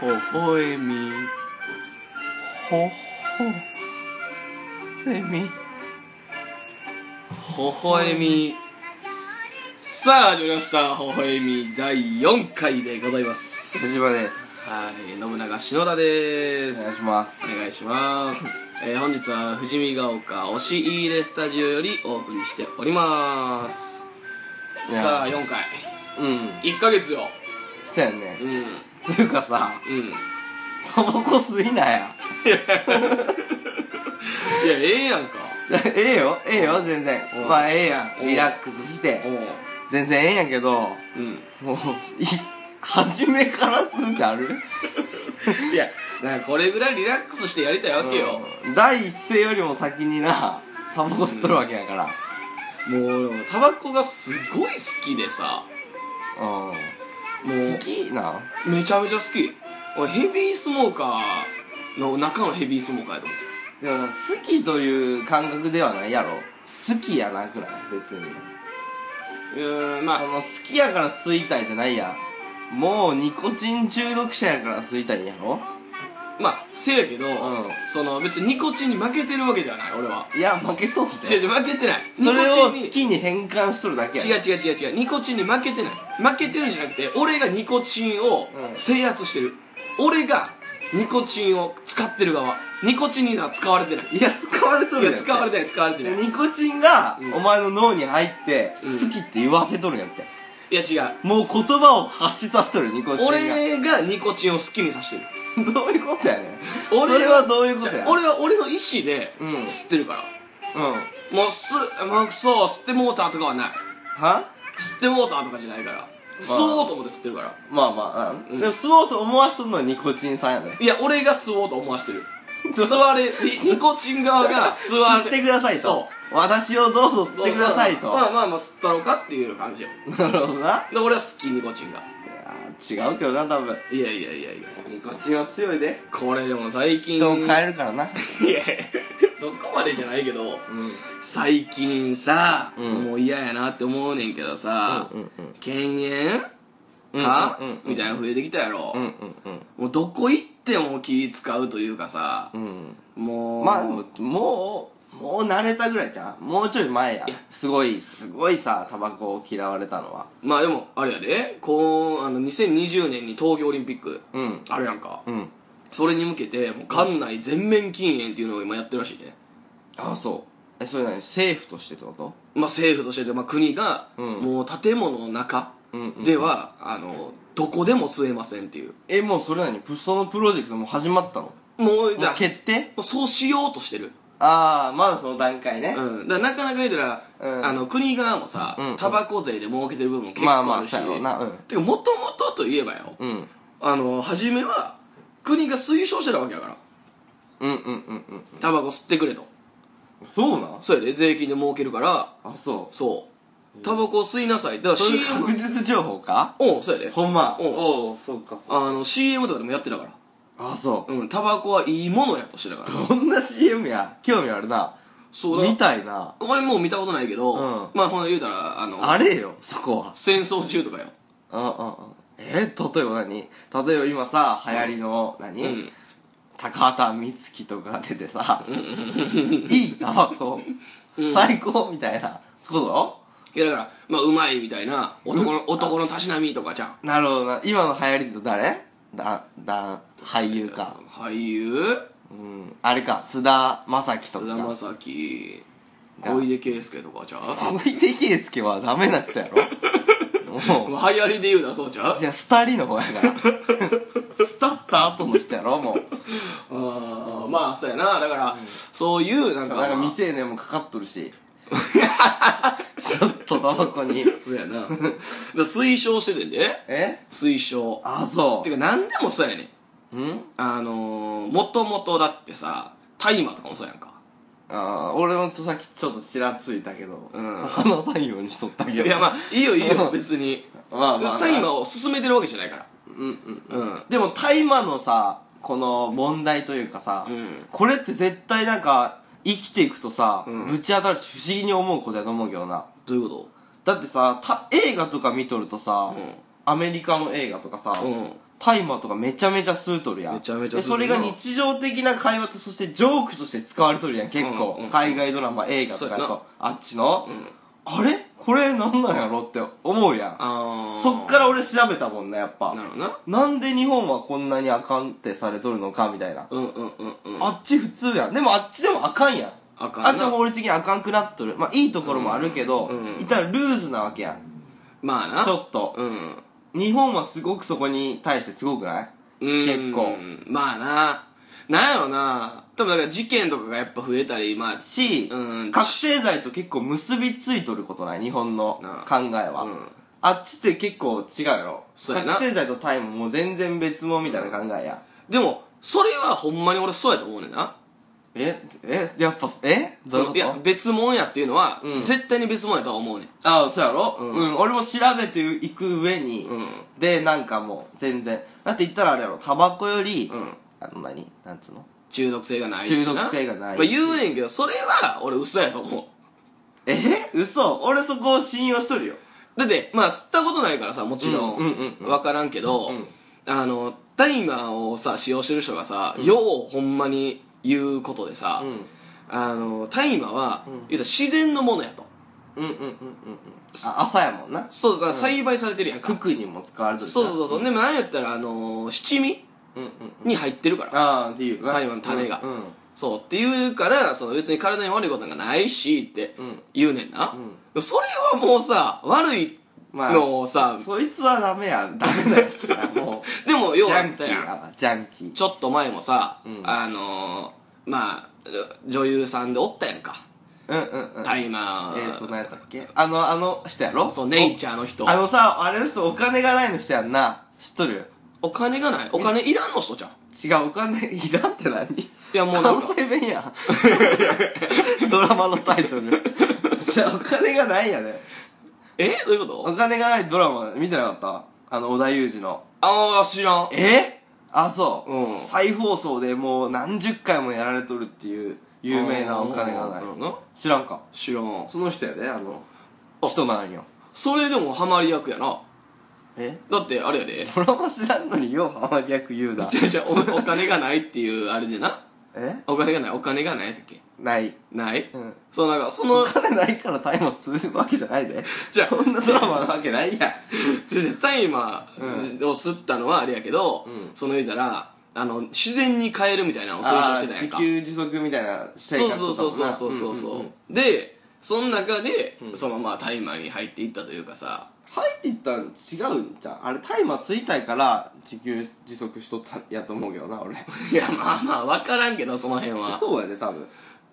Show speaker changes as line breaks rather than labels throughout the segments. ほほえみほほえみほほえみさあ始まりました「ほほえみ」第4回でございます
藤場です
はい信長篠田で
お
す
願いします
お願いします、えー本日は富士見ヶ丘押し入れスタジオよりオープンしております
いや
さあ4回
うん
1ヶ月よ
そうや
う
ね
ん
っていうかさ
うん
タバコ吸いなや
いやええやんか
それええよええよ全然
うん
まあええや
うん
んリラックスして
おう
全然ええんやけど
うん
もうい初めから吸うってある
いやなんかこれぐらいリラックスしてやりたいわけよ、
うん第一声よりも先になタバコ吸っとるわけやから
もう俺もタバコがすごい好きでさ
うん
もう
好きな
めちゃめちゃ好き俺ヘビースモーカーの中のヘビースモーカーやと思う
でも好きという感覚ではないやろ好きやなくない別に
うーんま
そ
あ
の好きやから吸いたいじゃないやんもうニコチン中毒者やから吸いたいんやろ
まあせやけど、
ん
その別にニコチンに負けてるわけではない俺はい
や負けとっ
違う
て
違う負けてない
それを好
ニコチ
きに変換しとるだけ
ン
や
に違う違う違う違うニコチンに負けてない負けてるんじゃなくて俺がニコチンを
うん
制圧してる、俺がニコチンを使ってる側ニコチンには使われてない
いや使われと
い
る
や
んやって
使われてない使われてない
でニコチンが
うん
お前の脳に入って
うん
好きって言わせとるんやって
いや違う
もう言葉を発しさせとるニコチンが
俺がニコチンを好きにさしてる
どういうことやねん
俺は
それはどういうことや
俺は俺の意思で
うんうん
吸ってるから、もうすもうそう吸ってもうたとかはない
は
吸ってもうたとかじゃないから吸おうと思って吸ってるから
まあまあ、
う
うんん、でも吸おうと思わしとるのはニコチンさんやね
いや俺が吸おうと思わしてる吸われニニコチン側が吸わ
吸
れ
ってください
そ
と私をどうぞ吸ってくださいと
まあまあまあ吸ったろうかっていう感じよ
なるほどな
で俺は好きニコチンが
いやー違うけどな多分
いやいやいやいやニコ
チンは強いで
これでも最近
人を変
え
えるからな
いやそこまでじゃないけど
うん
最近さ、
うん
もう嫌やなって思うねんけどさ、
うんうん
犬猿
うん
か、
うんうんうん
みたいなの増えてきたやろ、
うんうん
もうどこ行っても気使うというかさ
う、ん
も
う
うん
まあでももうもう慣れたぐらいじゃんもうちょい前や
いや
すごいすごいさタバコを嫌われたのは
まあでもあれやでこうあの2020年に東京オリンピック
うん
あるやんか
うん
それに向けてもう館内全面禁煙っていうのを今やってるらしいで
あそうえそれ何政府としてってこ
まあ政府としてで、まあ、国が、
うん
もう建物の中
とうん
では、あのどこでも吸えませんっていう
えもうそれ何プそのプロジェクトもう始まったのも
もう
う
だ
決定
もうそうしようとしてる
ああまだその段階ね
うん、だからなかなか言うたら、
うん
あの国側もさ、
うん
タバコ税で儲けてる部分も結
まあ
構
ま
あ
あ
るし、
そうやろうなうん
てかもともとといえばよ、
うん
あの初めは国が推奨してたわけやから
うんうんうんうん
タバコ吸ってくれと
そうなん
そうやで税金で儲けるから
あそう
そうタバコを吸いなさいだから
それ
CM
確実情報か
うんそうやで
ほんま
うん
おうそうかそう
あの CM とかでもやってたから
あそう
うんタバコはいいものやとしてたから
どんな CM や興味あるな
そうだ
見
から
たいな
俺もう見たことないけど、
うん
まあほんで言うたらあの
あれよそこは
戦争中とかよ
うんうんうんえ例えば何例えば今さ流行りの何、
うん
高畑充希とかが出てさ、いいタバコ、
うん
最高みたいなそ
いやだからまあうまいみたいな男の男のたしなみとかじゃん
うなるほどな今の流行りだと誰だだ俳優か、
俳優
うん、あれか須田将暉と
菅田
か
将暉
が
小出圭介とかちゃう
小出圭介はダメな人やろもう
流行りで言うたらそうちゃう
いや、スタリの方やから。スタった後の人やろ、もう。
あーまあそうやなだから、そういうなんか
なんか未成年もかかっとるし。ちょっとタバコに。
そうやなだから推奨しててんで
え
推奨
あ、そ
てか何でもそうやねん
う。ん
あのー、もともとだってさ大麻とかもそうやんか
あー俺もさっきちょっとちらついたけど、
うん
鼻作業にしとったけ
い
ど。
やまあいいよいい よ
うん
別に
まあまあ。
大麻を勧めてるわけじゃないから
うんうん。
うん
でも大麻のさ、この問題というかさ、
うん
これって絶対なんか、生きていくとさ、
うん
ぶち当たるし不思議に思うことやと思うけどな。
どういうこ
だってさ、た映画とか見とるとさ、
とうん
アメリカの映画とかさ、
うん
大麻とかめちゃめちゃ吸うとるやん
めちゃめちゃ吸うとるな
でそれが日常的な会話とそしてジョークとして使われとるやん結構、
うんうん
海外ドラマ映画
そ
とか
う
だ
やな
とあっちの、
ん
あれこれなんなんやろって思うやん
ああ
そっから俺調べたもんなやっぱ
なるほどな
なんで日本はこんなにあかんってされとるのかみたいな、
うんうんうんうん
あっち普通やんでもあっちでもあかんやん
あか
あ
ん
っち
な
は法律的にあかんくなっとるまあいいところもあるけど、
うんうん
いったらルーズなわけやん
まあな
ちょっと、
うん
日本はすごくそこに対してすごくない
結
結構
まあななんやろな多分だから事件とかがやっぱ増えたりまあ
し、
うん
覚醒剤と結構結びついとることない日本の
な
考えは、
うん
あっちって結構違うやろ
そうやな
覚醒剤とタイムもう全然別物みたいな考えや、
でもそれはほんまに俺そうやと思うねんな
ええやっぱえどういう
そ
こ
の
と
いや別物やっていうのは、
うん
絶対に別物やとは思うねん
ああそうやろ、うんん、俺も調べていく上に、
うん
でなんかもう全然だって言ったらあれやろタバコより、
うん
あの何なんつうの
中毒性がない
中毒性がない
まあ、言うねんけどそれは俺嘘やと思う
え嘘俺そこを信用しとるよ
だってまあ吸ったことないからさもちろん,、
うんうんうんうん
分からんけど、
うん
あの大麻をさ使用してる人がさ、ようほんまに言うことでさ、
うん
あの大麻は、
うん
言うたら自然のものやと
うんうんうんうんうんあ朝やもんな
そうだから栽培されてるやんか、
服にも使われてるし
そ
な
うそうそうそうでもなんやったらあの七味
うんうんうん
に入ってるから
ああっていうな
タイマーの種が
うんうん
そうっていうからその別に体に悪いことなんかないしって
うん
言うねんな、
うん
それはもうさ悪い
まあ
のをさ、
そいつはダメやダメなやつやもう
でも
ジ
よう
ャ
や
ン
っ
キ
た
ー
やん
やわジャンキー
ちょっと前もさ、
うん
あのー、まあ、女優さんでおったやんか。
うんうんうん
タイマ
え
ー。
ーと何やったっけあのあの人やろ
そう、ネイチャーの人
あ。のさ、あれの人お金がないの人やんな。知っとる
お金がないお金いらんの人じゃん。
違う、お金いらんって何い
やもうなん
関
か
西弁や ん。ドラマのタイトル。 じゃあお金がないやね。
えどういうこ
お
と
金がないドラマ見てなかったあの、織田裕二の。
ああ、知らん。
えあ、そう、
うん
再放送でもう何十回もやられとるっていう有名なお金がない。
うんうん
知らんか。
知らん。
その人やで、あの、
あ
人なんよ。
それでもハマり役やな。
え
だって、あれやで。
ドラマ知らんのによう浜役言うな。
じゃじゃおお金がないっていう、あれでな。
え
お金がない、お金がないだっけ
ない。
ない、
うん。
そう、なんか、そ
お
の、
金ないからタイマーするわ けじゃないで。
じゃあ
そんなドラマなわけないや ん。
ででタイマ
う
ーを吸ったのはあれやけど、
うん
その言うたら、あの、自然に変えるみたいなのを推奨してたやん
地
か。
球自足みたいな生
そう
活
そう
とか
そう
も
そうそ
な
うそう
うんうんうん
でその中で、
うん
そのまあタイマーに入っていったというかさ
入っていったん違うんじゃんあれタイマー吸いたいから地球自足しとったんやと思うけどな俺
いやまあまあ分からんけどその辺は
そうやで多分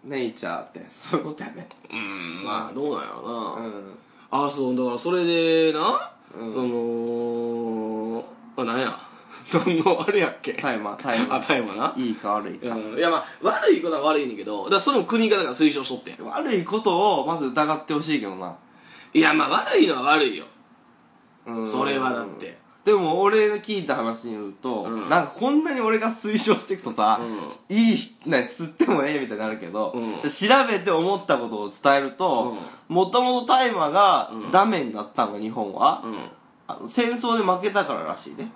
ネイチャーってそういうことやね
うんまあどうなんやろ
う
うな、
ん
あそうだからそれでな、
うん
そのあなんや 何のあれやっけ、
タイマータイマ
あ
ー
タイマーない
いか悪いか
うんいやまあ悪いことは悪いねんけどだからそれも国がだから推奨しとってん
悪いことをまず疑ってほしいけどない
やまあ悪いのは悪いよ
うん
それはだって
でも俺の聞いた話によると、
うん
なんかこんなに俺が推奨していくとさ、
う
いいしな吸ってもええみたいになるけど、
うん
じゃあ調べて思ったことを伝えるともともと大麻が
うん
ダメになったのが日本は、
うんあ
あの戦争で負けたかららしいね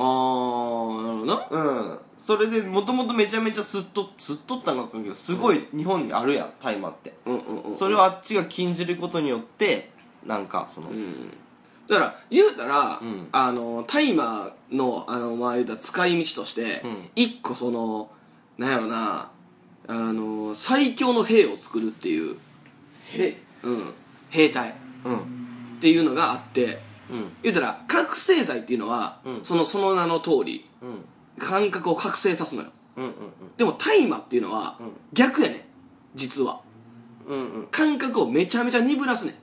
あーなるほどな
うんそれでもともとめちゃめちゃ吸っと吸っとったのかけどすごい日本にあるやん大麻って、
うんうんうん
それをあっちが禁じることによってなんかその、
うんだから言うたら、
うん
あのタイマーのあの、まあ、言うたら使い道として、
うん
一個そのなんやろなあの最強の兵を作るっていう、
へ
うん、兵隊
うん
っていうのがあって
うん
言うたら覚醒剤っていうのは、
うん
そのその名の通り
うんうん
感覚を覚醒さすのよ
うんうん
でも大麻っていうのは、
うん
逆やねん実は
うんうん
感覚をめちゃめちゃ鈍らすねん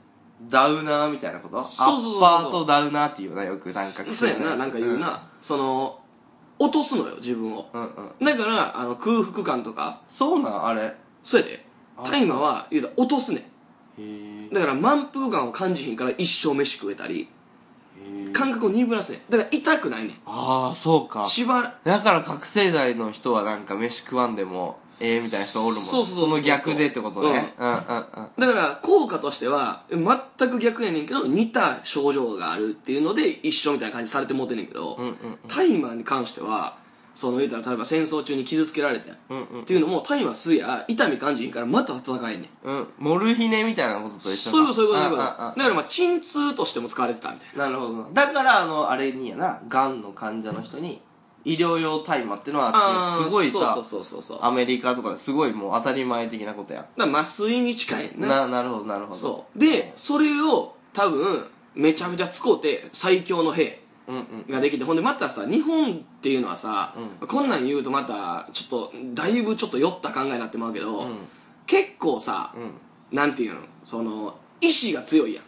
ダウナーみたいなこと
そうそうそうそう
アッパーとダウナーっていうよなよくなんか
そうやななんか言うな、その落とすのよ自分を
うん、うんうん
だからあの空腹感とか
そうなんあれへ
そうやで
あ
大麻は言うたら落とすね
え
んだから満腹感を感じひんから一生飯食えたり
か
感覚を鈍らすねんだから痛くないね
ああそうか
ん縛ら
だから覚醒剤の人はなんか飯食わんでもええみたいな人おるもん
そうそうそうそう
の逆でってことねうんうんうん
だから、効果としては、全く逆やねんけど、似た症状があるっていうので、一緒みたいな感じされてもってんねんけど、
うんうん
大麻に関しては、その言うたら、例えば戦争中に傷つけられてん。
うん
っていうのも、大麻吸えや、痛み感じひんから、また戦えんねん。
うんうんモルヒネみたいなことと一緒か
そういうこと、そういうこと、そういうこと。だ
あああ
から、まあ、鎮痛としても使われてたみたいな。
なるほどなだからあのあれにやながんの患者の人に医療用大麻ってのは
あ
そ
ー
のすごいさ
そうそうそうそうそう。だか
アメリカとかですごいもう当たり前的なことや
ら、麻酔に近いねんな。
ななるほどなるほど
そう。で、それを、多分、めちゃめちゃ使うて、最強の兵。
うんうん
ができてほんでまたさ日本っていうのはさ、
う
こんなん言うとまたちょっとだいぶちょっと酔った考えになってまうけど、
うん
結構さ
う、ん
なんていうのその意志が強いやん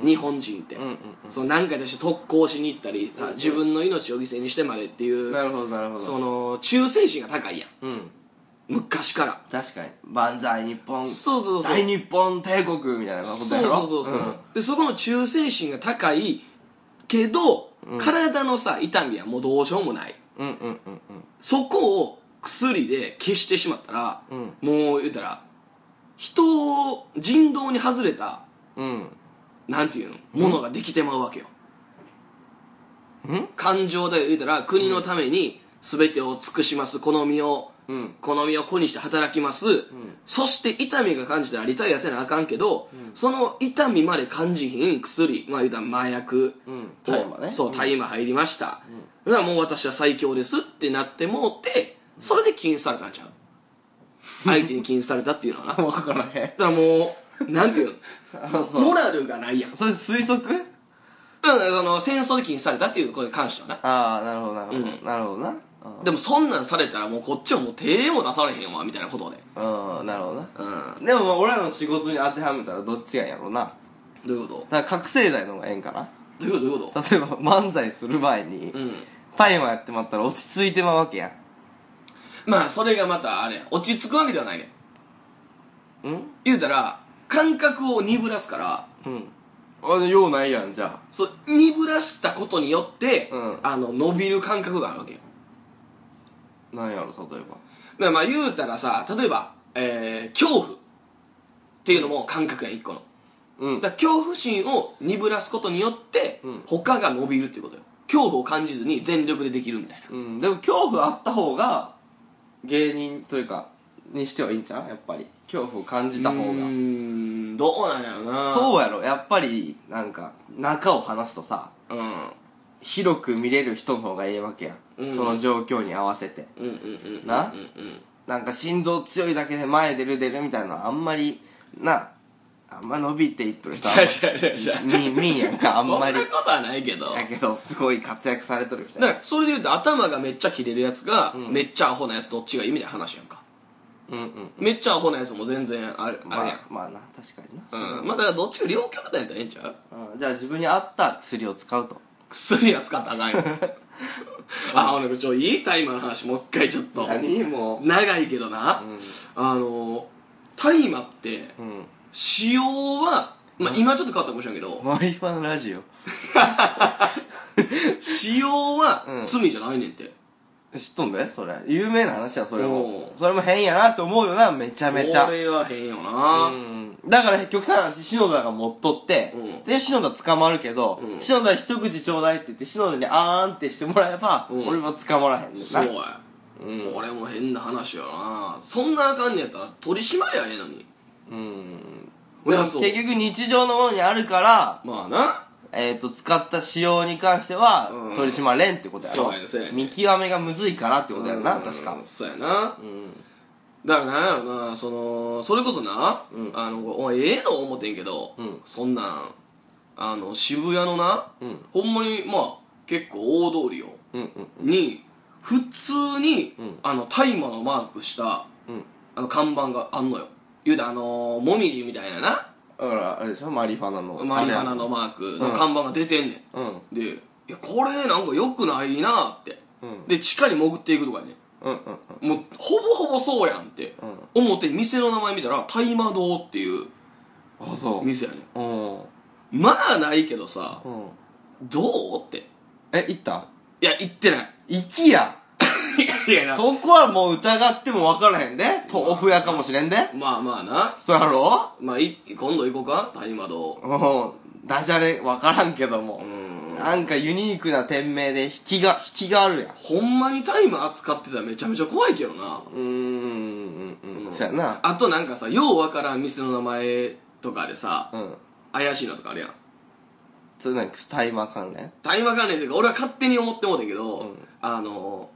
うん
日本人って、
うんうん
その何かとして特攻しに行ったりさ、
うん
自分の命を犠牲にしてまでって
う
い
ん
う
なるほどなるほど
その忠誠心が高いやん
うん
昔から
確かに万歳日本
そうそうそう
大日本帝国みたいなこと
そ
や
う
ろ
そうそうそう、でそこの忠誠心が高いけど、体のさ痛みはもうどうしようもない
うんうんうんうん
そこを薬で消してしまったら、
うん
もう言うたら人を人道に外れた
うん
なんていうのものができてまうわけよ、
うん
感情で言うたら国のために全てを尽くしますこの身を、
うん
この身を粉にして働きます、そして痛みが感じたらリタイアせなあかんけど、その痛みまで感じひん薬まあ言うたら麻薬、
うん大麻ね
そう大麻入りました、だからもう私は最強ですってなってもうてそれで禁止されたんち ゃう相手に禁止されたっていうのはなだか
分からへん
らもうなんて いう
あ
の
そう
モラルがないやん、うん、
それ推測
あの戦争で禁止されたっていうことに関してはな
ああなるほどなるほど、
う
なるほどな
でもそんなんされたらもうこっちはもう手も出されへんわみたいなことで
うんうんなるほどな
うん
でもまあ俺らの仕事に当てはめたらどっちがやろうな
どういうこと
だから覚醒剤の方がええんかな
どういうことどういうこ
例えば漫才する前に
とうん
大麻やってまったら落ち着いてまうわけや
まあそれがまたあれ落ち着くわけではないね
んうん
言うたら感覚を鈍らすから
うんあで用ないやんじゃあ
そう鈍らしたことによって、
うん
あの伸びる感覚があるわけよ
なんやろ例
だか
えば
らまあ言うたらさ例えば、えー恐怖っていうのも感覚が一個の
うん
だから恐怖心を鈍らすことによって、
うん
他が伸びるっていうことよ恐怖を感じずに全力でできるみたいな
うんでも恐怖あった方が芸人というかにしてはいいんちゃうやっぱり恐怖を感じた方
うー
が
んどうなんやろな
そうやろやっぱりなんか中を話すとさ
う、うん、
広く見れる人の方がええわけやん、
うん
その状況に合わせて
うんうんうんうん
な
うんうん
なんか心臓強いだけで前出る出るみたいなのはあんまりなあんま伸びていっとる人は
違う違う違う
みみんやんかあんまり
そんなことはないけど
やけどすごい活躍されとる人
だ
や
からそれで言うと頭がめっちゃ切れるやつが、
うん
めっちゃアホなやつどっちがいいみたいな話やんか
うんうん
めっちゃアホなやつも全然あれ,、
ま
あれ
あまあな確かにな、
やん、うん、まあだからどっちか両極端やったらええんちゃう
うんじゃあ自分に合った薬を使うと
薬は使ったらあかんよ あ俺ちょいいタイマーの話もう一回ちょっと
も
長いけどな、
うん
あの大麻って
うん
使用は、まあ、今ちょっと変わったかもしれんけど
マリファナラジオ
使用は
うん
罪じゃないねんって、
知っとんだよそれ有名な話やそれも
おう
それも変やなって思うよなめちゃめちゃ
これは変よな、
うんだから極端な話篠田が持っとって、
うん
で篠田捕まるけど、
うん
篠田一口ちょうだいって言って篠田にあーんってしてもらえば、
うん
俺は捕まらへんねん
そ
な
うや、
うん
これも変な話やなそんなあかんねやったら取り締まりゃええのに
うん
俺
でも
は
結
そう
局日常のものにあるから、
まあな
えー、と使った使用に関しては
うん
取り締まれんってことやろ、
そうやねそうやね
見極めがむずいからってことやな、
うん
確か
そうやな
うん
だからなんやろなそのそれこそな、
うん
あのお前ええの思てんけど、
うん
そんなんあの渋谷のな、
うん
ほんまにまあ結構大通りよ
うんうん
に普通に、
うん
あの大麻のマークした
うん
あの看板があんのよ言うたらあのもみじみたいなな
だからあれでしょマリファナの
マリファナのマークの看板が出てんねん、
あれやん
でいやこれなんか良くないなーって、
うん
で地下に潜っていくとかやね
うんうんうん
もうほぼほぼそうやんって、
うん
思って店の名前見たら大麻堂っていう
うんあそう
店やね
うんうん
まあないけどさどうって
え行った
いや行ってない
行きや
いやな
そこはもう疑っても分からへんで豆腐屋かもしれんで
まあまあな
そうやろ
まあい今度行こうか大麻堂
うんダジャレ分からんけども
うん
なんかユニークな店名で引きが引きがあるやん
ほんまに大麻扱ってたらめちゃめちゃ怖いけどな
うーんうんうんそうやな
あとなんかさようわからん店の名前とかでさ
うん
怪しいなとかあるやん
それなんかタイマー関連
大麻関連というか俺は勝手に思ってもうてんけど、
うん
あの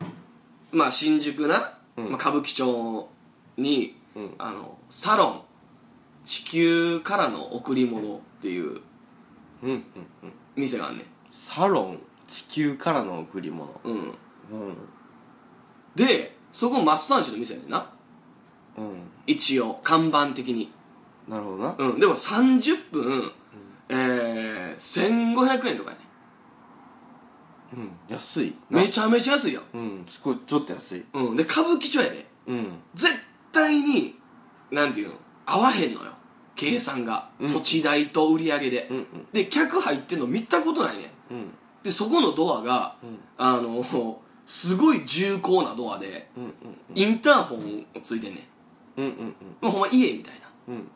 まあ新宿な、
うん
まあ、歌舞伎町に、
うん
あのサロン地球からの贈り物っていう
うんうんうん
店があんね
サロン地球からの贈り物
んうん
うんうん
でそこマッサージの店やねんな一応看板的に
なるほどな
うんでも30分、えー、1500円とかやね
うん安いな
めちゃめちゃ安いよ
うんすごいちょっと安い
うんで歌舞伎町やね
うん
絶対になんていうの合わへんのよ計算が、
うん
土地代と売り上げで、
うん
で客入ってんの見たことないね
うんうん
でそこのドアが、
うん
あのすごい重厚なドアで
うん
インターホンついてんね
うんうんうん
んもうほんま家みたいな
うん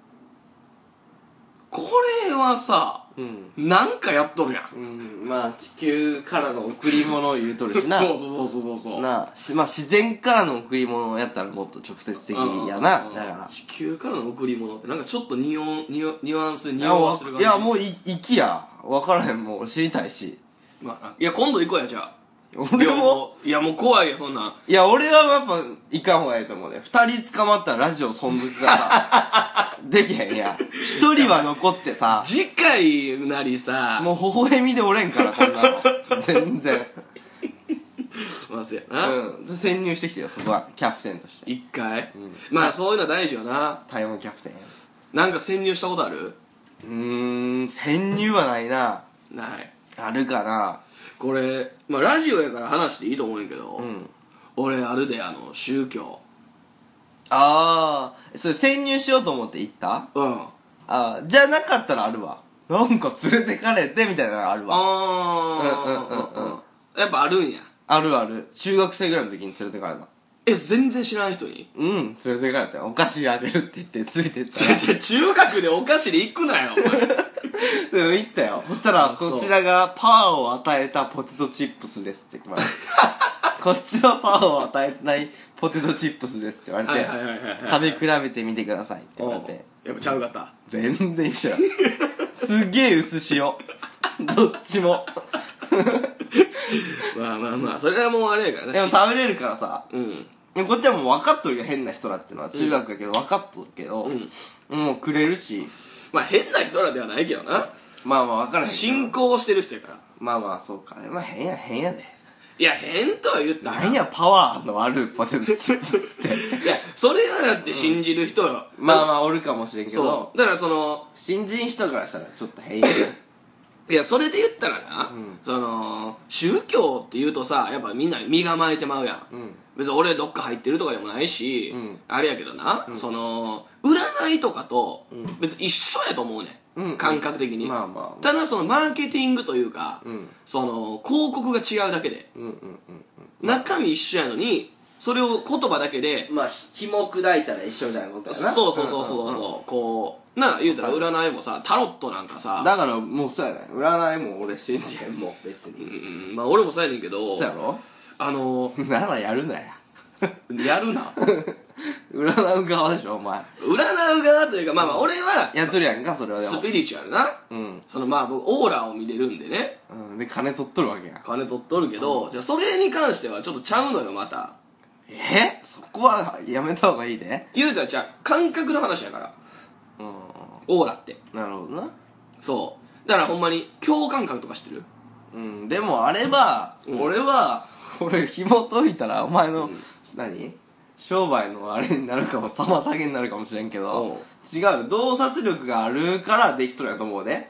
これはさ
うん
なんかやっとるやん
うんまあ地球からの贈り物を言うとるしな
そうそうそうそうそう
なあしまあ自然からの贈り物やったらもっと直接的や
う
なんだから
地球からの贈り物ってなんかちょっとニオンニオニュアンス
い
ニ
や
オン
わ
してる感
い
じ
やもうい行きや分からへんもう知りたいし
まあないや今度行こうやじゃあ
俺
両
も
方いやもう怖いよそんなん
いや俺はやっぱ行かんほうがいいと思うね二人捕まったらラジオ存続がさできへんや一人は残ってさ
次回なりさ
もう微笑みでおれんからこんなの 全然
まずや
う
な、
んで潜入してきてよそこはキャプテンとして
一回、
ん
まあそういうのは大事よな
タイムキャプテンや
なんか潜入したことある
うーん潜入はないな
ない
あるかな
これまあラジオやから話していいと思うんやけど、
うん
俺あるであの宗教
ああそれ潜入しようと思って行った
うんあ
あーじゃなかったらあるわなんか連れてかれてみたいなのあるわ
あー
うんうんうんうん
やっぱあるんや
あるある中学生ぐらいの時に連れてかれた
え全然知らん人に
うん連れてかれたよお菓子あげるって言ってついてった
じゃじゃ中学でお菓子で行くなよお前
でも行ったよそしたら
あそう
こちらがパーを与えたポテトチップスですって 言われてこっちはパーを与えてないポテトチップスですって言われて、
はいはいはいはいはい
食べ比べてみてくださいって言われて
うんやっぱちゃうかった
全 然一緒やすげえ薄塩どっちも
まあまあまあそれはもうあれやから
でも
ね
食べれるからさ
うん
でもこっちはもう分かっとるよ変な人だってのは中学やけど分かっとるけど、もうくれるし
まあ変な人らではないけどな
まあまあ分からへんけ
信
ど
仰してる人やから
まあまあそうかまあ変や変やで
いや変とは言ったら
なんやパワーのあるポテトチップスって
いやそれはだって信じる人よ、
まあまあおるかもしれんけ
そ
ど
うだからその
新人人からしたらちょっと変や
いやそれで言ったらな、その宗教っていうとさやっぱみんな身構えてまうやん、
うん
別に俺どっか入ってるとかでもないし、
うん
あれやけどな、その占いとかと
ん
別に一緒やと思うね、
うん
感覚的に、
まあまあ
ただそのマーケティングというか、
うん
その広告が違うだけで
うんうんうん
中身一緒やのにそれを言葉だけで
まあ紐砕いたら一緒みたいなことやな
そうそうそうそうそうこうな言うたら占いもさタロットなんかさ
だからもうそうやね占いも俺信じへんもう別
う
に
んまあ俺もそうやねんけど
そうやろ
あのー
ならやるなや
やるな
占う側でしょお前
占う側というかまあまあ俺は
やっとるやんかそれはで
ス
も
ピリチュアルな
うん、
そのまあ僕オーラを見れるんでね
うん、で金取っとるわけやん
金取っとるけどじゃあそれに関してはちょっとちゃうのよまた
えそこはやめた方がいいで
言うたらじゃあ感覚の話やから
うん
オーラって
なるほどな
そうだからほんまに共感覚とか知ってる
うんでもあれば、
うん
俺は俺紐解いたらお前の、何商売のあれになるかも妨げになるかもしれんけど違う洞察力があるからできとるやと思うで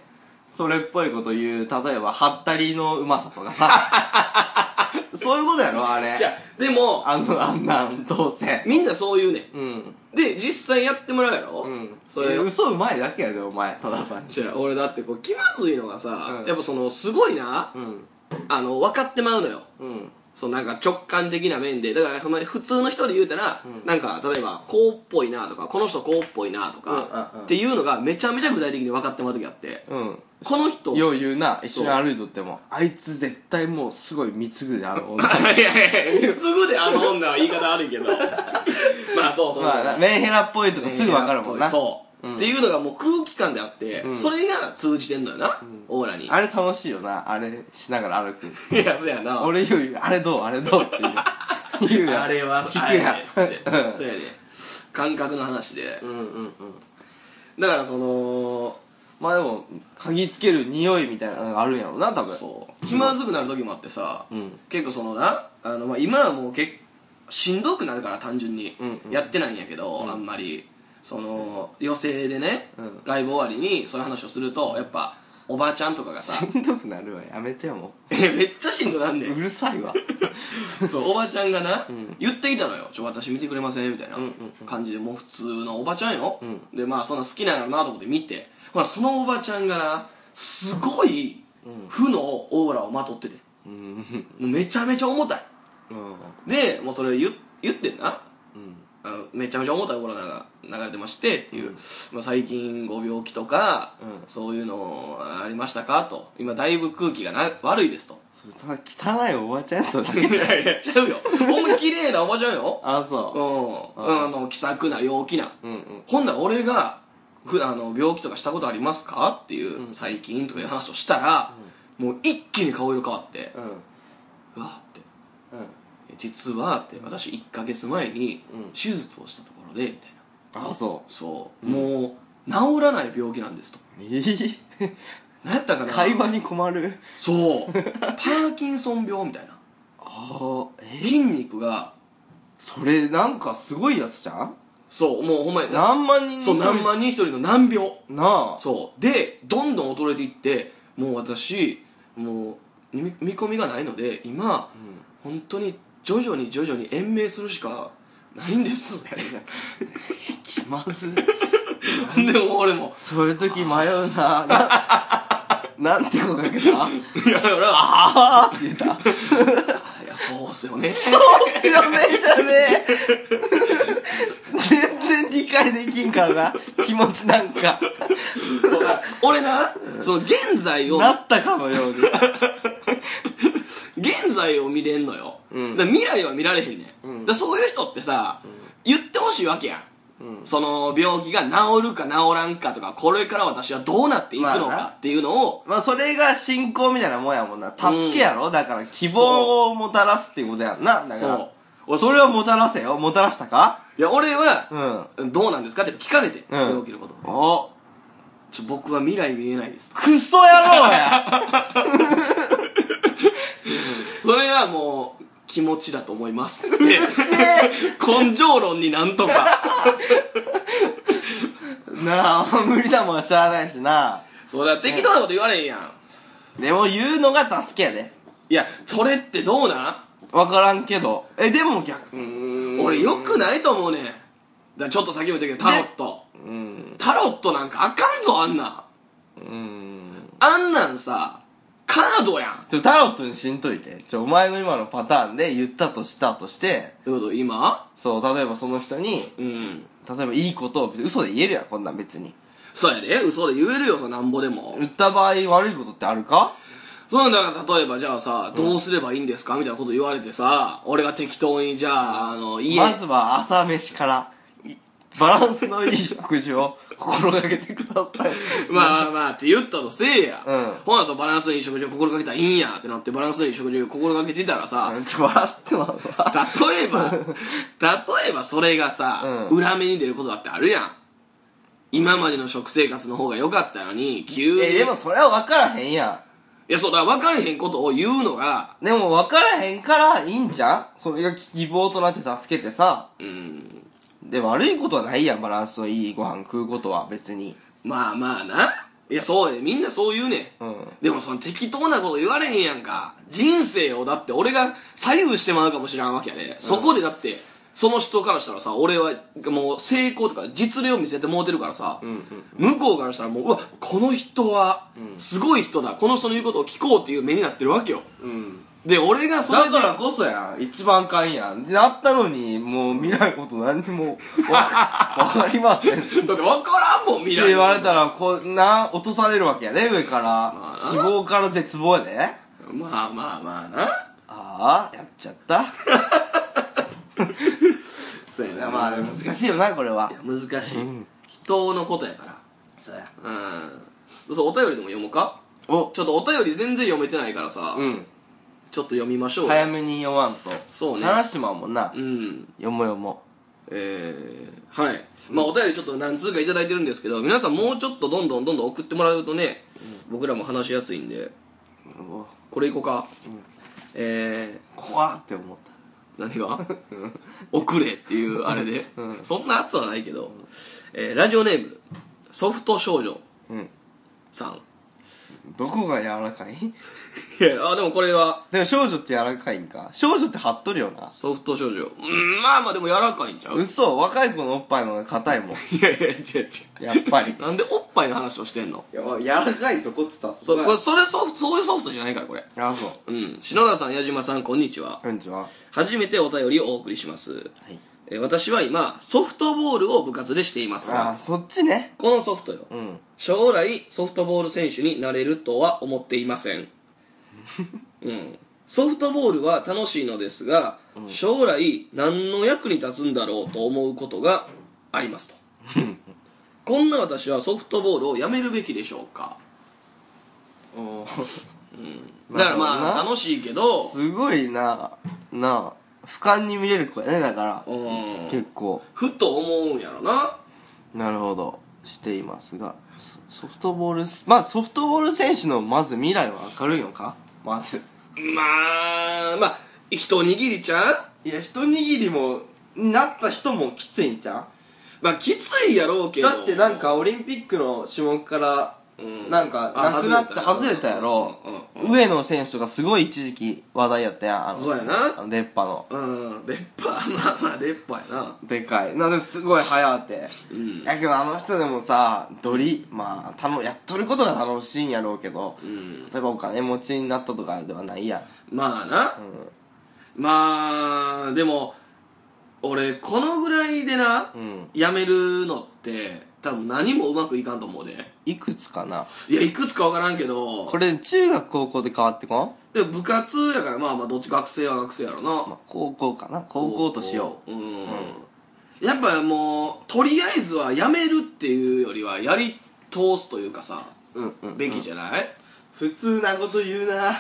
それっぽいこと言う例えばハったりのうまさとかさそういうことやろあれ
じゃあでも
あのあんなんどうせ
みんなそう言うねん
うん
で実際やってもらうやろ
うん
そ
そ
れ
れ嘘うまいだけやでお前ただ単に
違う俺だってこう気まずいのがさ、
うん
やっぱそのすごいな
うん
あの分かってまうのよ
うん
そうなんか直感的な面でだからほんまに普通の人で言うたら、なんか例えばこうっぽいなとかこの人こうっぽいなとか、
うんうんうん
っていうのがめちゃめちゃ具体的に分かってもらう時あって
うん
この人
よう言うな一緒に歩いとってもあいつ絶対もうすごい貢ぐであの女
いやいやすぐであの女は言い方悪いけどまあそうそう、
まあなメンヘラっぽいとかすぐ分かるもんな
そう、
うん
っていうのがもう空気感であって、
ん
それが通じてんのよな、オーラに
あれ楽しいよなあれしながら歩く
いやそうやな
俺よりあれどうあれどう って言う言うやん
あれは
聞
あ
く
れ
や
や
ん
ねつって
うん
そうやね感覚の話で
うんうんうん
だからその
まあでも嗅ぎつける匂いみたいなのがあるんやろうな多分
そう気まずくなる時もあってさ、
うん
結構そのなあの、まあ、今はもうけしんどくなるから単純に、
うんうん
やってないんやけど、あんまりその予選でね、
うん
ライブ終わりにそういう話をするとやっぱおばあちゃんとかがさ
しんどくなるわやめてよも
えめっちゃしんどなん
う
ね
うるさいわ
んそうおばちゃんがな、
ん
言ってきたのよ「ちょ私見てくれません」みたいな
うんうんう
感じでもう普通のおばちゃんよ、
うん
でまあそんな好きなんやろうなと思って見てほらそのおばちゃんがなすごい
うん
負のオーラをまとってて
うん
もうめちゃめちゃ重たい
うん
でもうそれ言言ってんな
うん
あのめちゃめちゃ重たいオーラが流れてましてっていう、まあ、最近ご病気とか、
うん
そういうのありましたかと今だいぶ空気がな悪いです と
それただ汚いおばちゃんとだ
い
け
やいやちゃうよほんま綺麗なおばちゃんよ
あ
う
そ
ん、
うん
あの気さくな陽気な
ううんうん
ほんなら俺が普段あの病気とかしたことありますかっていう、
うん
最近とかいう話をしたら、もう一気に顔色変わって、
うん
うわって
うん
実はって私1ヶ月前に
うん
手術をしたところでみたいな
あそ
そう、もう治らない病気なんですと
うえー
何やったかな
会話に困る
そうパーキンソン病みたいな
ああ え
筋肉が
それなんかすごいやつじゃん
そうもうほんまに
何万人に
そう何
人
万人一人の難病
なあ
そうでどんどん衰えていってもう私もう見見込みがないので今
うん
本当に徐々に徐々に延命するしかないんですみたい
気まずい
なでも俺も
そういう時迷うなななんて声かけた
いや俺は
ああって言った
いやそうっすよね
そうっすよねじゃねえ全然理解できんからな気持ちなんか
俺なその現在を
なったかのように
現在を見れんのよ、
うん
だから未来は見られへんねん、
うん
だからそういう人ってさ、言ってほしいわけやん
うん
その病気が治るか治らんかとかこれから私はどうなっていくの
まあな
かっていうのを、
まあそれが信仰みたいなもんやもんな助けやろ、だから希望をもたらすっていうことやんなだから
そう
俺それをもたらせよもたらしたか
いや俺は
う、ん
どうなんですかって聞かれて、
うん
病気のこと
お
ちょ僕は未来見えないです
クソ野郎や
それはもう気持ちだと思い ますって根性論になんとか
なあ無理だもんしゃあないしな
そうだ適当なこと言われへんやん
でも言うのが助けやで
いやそれってどうなん
分からんけどえでも逆うん
俺よくないと思うねんだからちょっと先も言ったけどタロット
うん
タロットなんかあかんぞあんなん
うん
あんなんさカードやん
ちょタロットにしんといてちょお前の今のパターンで言ったとしたとして
どういうこと今
そう例えばその人に
うん
例えばいいことを別に嘘で言えるやんこんなん別に
そうやで嘘で言えるよそなんぼでも
言った場合悪いことってあるか
そうなんだから例えばじゃあさどうすればいいんですかみたいなこと言われてさ俺が適当にじゃああの家、
まずは朝飯からいバランスのいい食事を 心がけてください
まあまあまあって言ったとせえや、
うん
ほなさバランスのいい食事を心がけたらいいんやってなってバランスのいい食事を心がけてたらさ、
うんちょ笑ってますわ
例え ば例えばそれがさ、
うん
裏目に出ることだってあるやん今までの食生活の方が良かったのに急に、
えでもそれは分からへんやん
いやそうだから分かれへんことを言うのが
でも分からへんからいいんじゃんそれが希望となって助けてさ。
うん
で、悪いことはないやん、バランスのいいご飯食うことは別に。
まあまあないやそうやみんなそう言うねん
うん。
でもその適当なこと言われへんやんか人生をだって俺が左右してまうかもしらんわけやで、そこでだってその人からしたらさ俺はもう成功とか実例を見せてもうてるからさ、
うん
向こうからしたらもううわこの人はすごい人だこの人の言うことを聞こうっていう目になってるわけよ
うん。
で俺がそれ
だ
で
からこそやん一番勘やんなったのにもう未来のこと何にもわ かわかりませんって
だって分からんもん未来
言われたらこんな落とされるわけやね上から、
まあな
希望から絶望やであ
まあまあまあな
あやっちゃった
そうやな
まあ難しいよなこれはい
や難しい、人のことやから
そうや
うんそうお便りでも読もうか
お
ちょっとお便り全然読めてないからさ、
うん
ちょっと読みましょうよ
早めに読まんと
そうね
話してまうもんな、
うん
読もう読も
えー、はい、まあお便りちょっと何通か頂いただいてるんですけど皆さんもうちょっとどんどんどんどん送ってもらうとね、僕らも話しやすいんで
ううお
これいこうか、え
怖って思っ
ー、何が送れっていうあれで、そんな圧はないけど、えー、ラジオネームソフト少女
たうん
さん
どこが柔らかい
いやあでもこれは
でも少女って柔らかいんか少女って張っとるよな
ソフト少女うんまあまあでも柔らかいんちゃうい
嘘若い子のおっぱいの方が硬いもん
やいや違う違
やっぱ り
うなんでおっぱいの話をしてんの
柔らかいとこってた
そこれ
こ
それソフトそういうソフトじゃないからこれ
あそう
うん篠田さん矢島さんこんにちは
こんにちはは
初めてお便りをお送りします
い
えー私は今ソフトボールを部活でしています
あ
が
あそっちね
このソフトよ
うん
将来ソフトボール選手になれるとは思っていま せん、うん、ソフトボールは楽しいのですが、将来何の役に立つんだろうと思うことがありますとこんな私はソフトボールをやめるべきでしょうか
お
だからまあ
な
楽しいけど
すごいななあ俯瞰に見れる子やねだから
うん
結構
ふと思うんやろな
なるほどしていますがソソフトボールすまあソフトボール選手のまず未来は明るいのかまず
まあまあ一握りちゃう
いや一握りもなった人もきついんちゃ
まあきついやろう
う
けど
だってなんかオリンピックの種目から
うん
なんか
あ
なくなって外れたやろ
うんうん
上野選手とかすごい一時期話題やったやんあの
そうやな
あの出っ歯の
うん出っ歯 まあまあ出っ歯やな
でかいなんですごい早って、
うん
やけどあの人でもさドリまあたのやっとることが楽しいんやろうけど、
ん
例えばお金持ちになったとかではないやん
まあな、まあでも俺このぐらいでな、
うん
やめるのって多分何もうまくいかんと思うで
いくつかない
やいくつか分からんけど
これ中学高校で変わってこん、
で部活やからまあまあどっち学生は学生やろな、
まあ、高校かな高校としよ
う、うんやっぱもうとりあえずはやめるっていうよりはやり通すというかさ
ううんうん
べきじゃない、
普通なこと言うな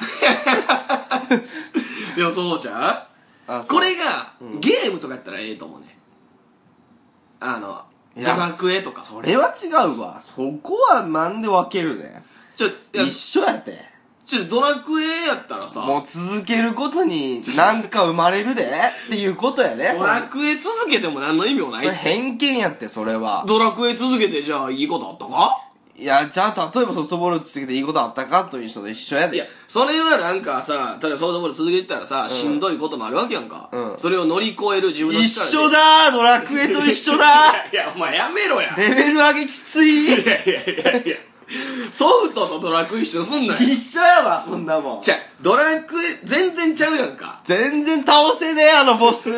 でもそうじゃん
あそう
これが、ゲームとかやったらええと思うねあの
い
ド
や
ラクエとか
それは違うわそこはなんで分けるね
ちょいや
一緒やて
ちょドラクエやったらさ
もう続けることになんか生まれるでっていうことやね
ドラクエ続けても何の意味もな
それ
い
偏見やってそれは
ドラクエ続けてじゃあいいことあったか
いやじゃあ例えばソフトボール続けていいことあったかという人と一緒や
いや
で、
それはなんかさ、例えばソフトボール続けてたらさ、しんどいこともあるわけやんか。
うん
それを乗り越える自分の
一
力で。
緒だードラクエと一緒だ
いや、いやお前やめろや
ー。レベル上げきつい
いやいやいやいや。ソフトとドラクエ一緒にすんなよ。
一緒やわそんなもん
じゃドラクエ全然ちゃうやんか。
全然倒せねえあのボスっ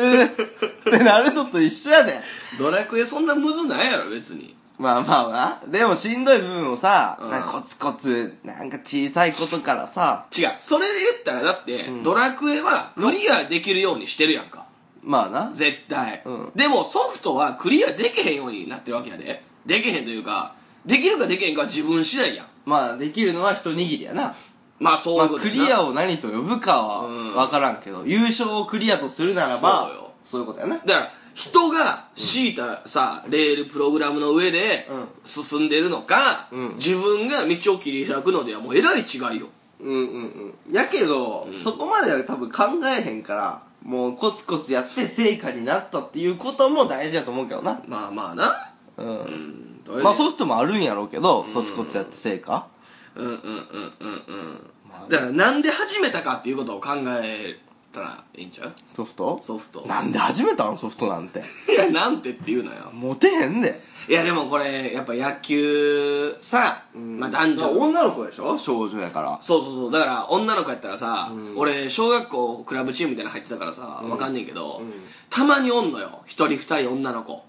てなるのと一緒やで
ドラクエそんなむずないやろ、別に。
まあまあなでもしんどい部分をさ、
うん
なんかコツコツなんか小さいことからさ
違う。それで言ったらだって、ドラクエはクリアできるようにしてるやんか。
まあな
絶対、
うん
でもソフトはクリアできへんようになってるわけやで。できへんというか、できるかできへんかは自分次第やん。
まあできるのは一握りやな
まあそう
ま
いう
あ、
こと
ク
やな
リアを何と呼ぶか
うん
は分からんけど、優勝をクリアとするならば
そうよ
そういうことやな
だから人が敷いたさ、レールプログラムの上で
うん
進んでるのか、
うん
自分が道を切り開くのではもうえらい違いよ
うんうんうんやけど、そこまでは多分考えへんからもうコツコツやって成果になったっていうことも大事だと思うけどな
まあまあな
うん、
うん
まあソ
う
フトもあるんやろうけど、コツコツやって成果
うんうんうんうんうんだからなんで始めたかっていうことを考えったらええんちゃう
ソフト
ソフト
なんで始めたんソフトなんて
いやなんてって言うなよ
モテへんで
いやでもこれやっぱ野球さ、まあ男女
女の子でしょ少女やから
そうそうそうだから女の子やったらさ、俺小学校クラブチームみたいなの入ってたからさ、わかんねんけど、たまにおんのよ一人二人女の子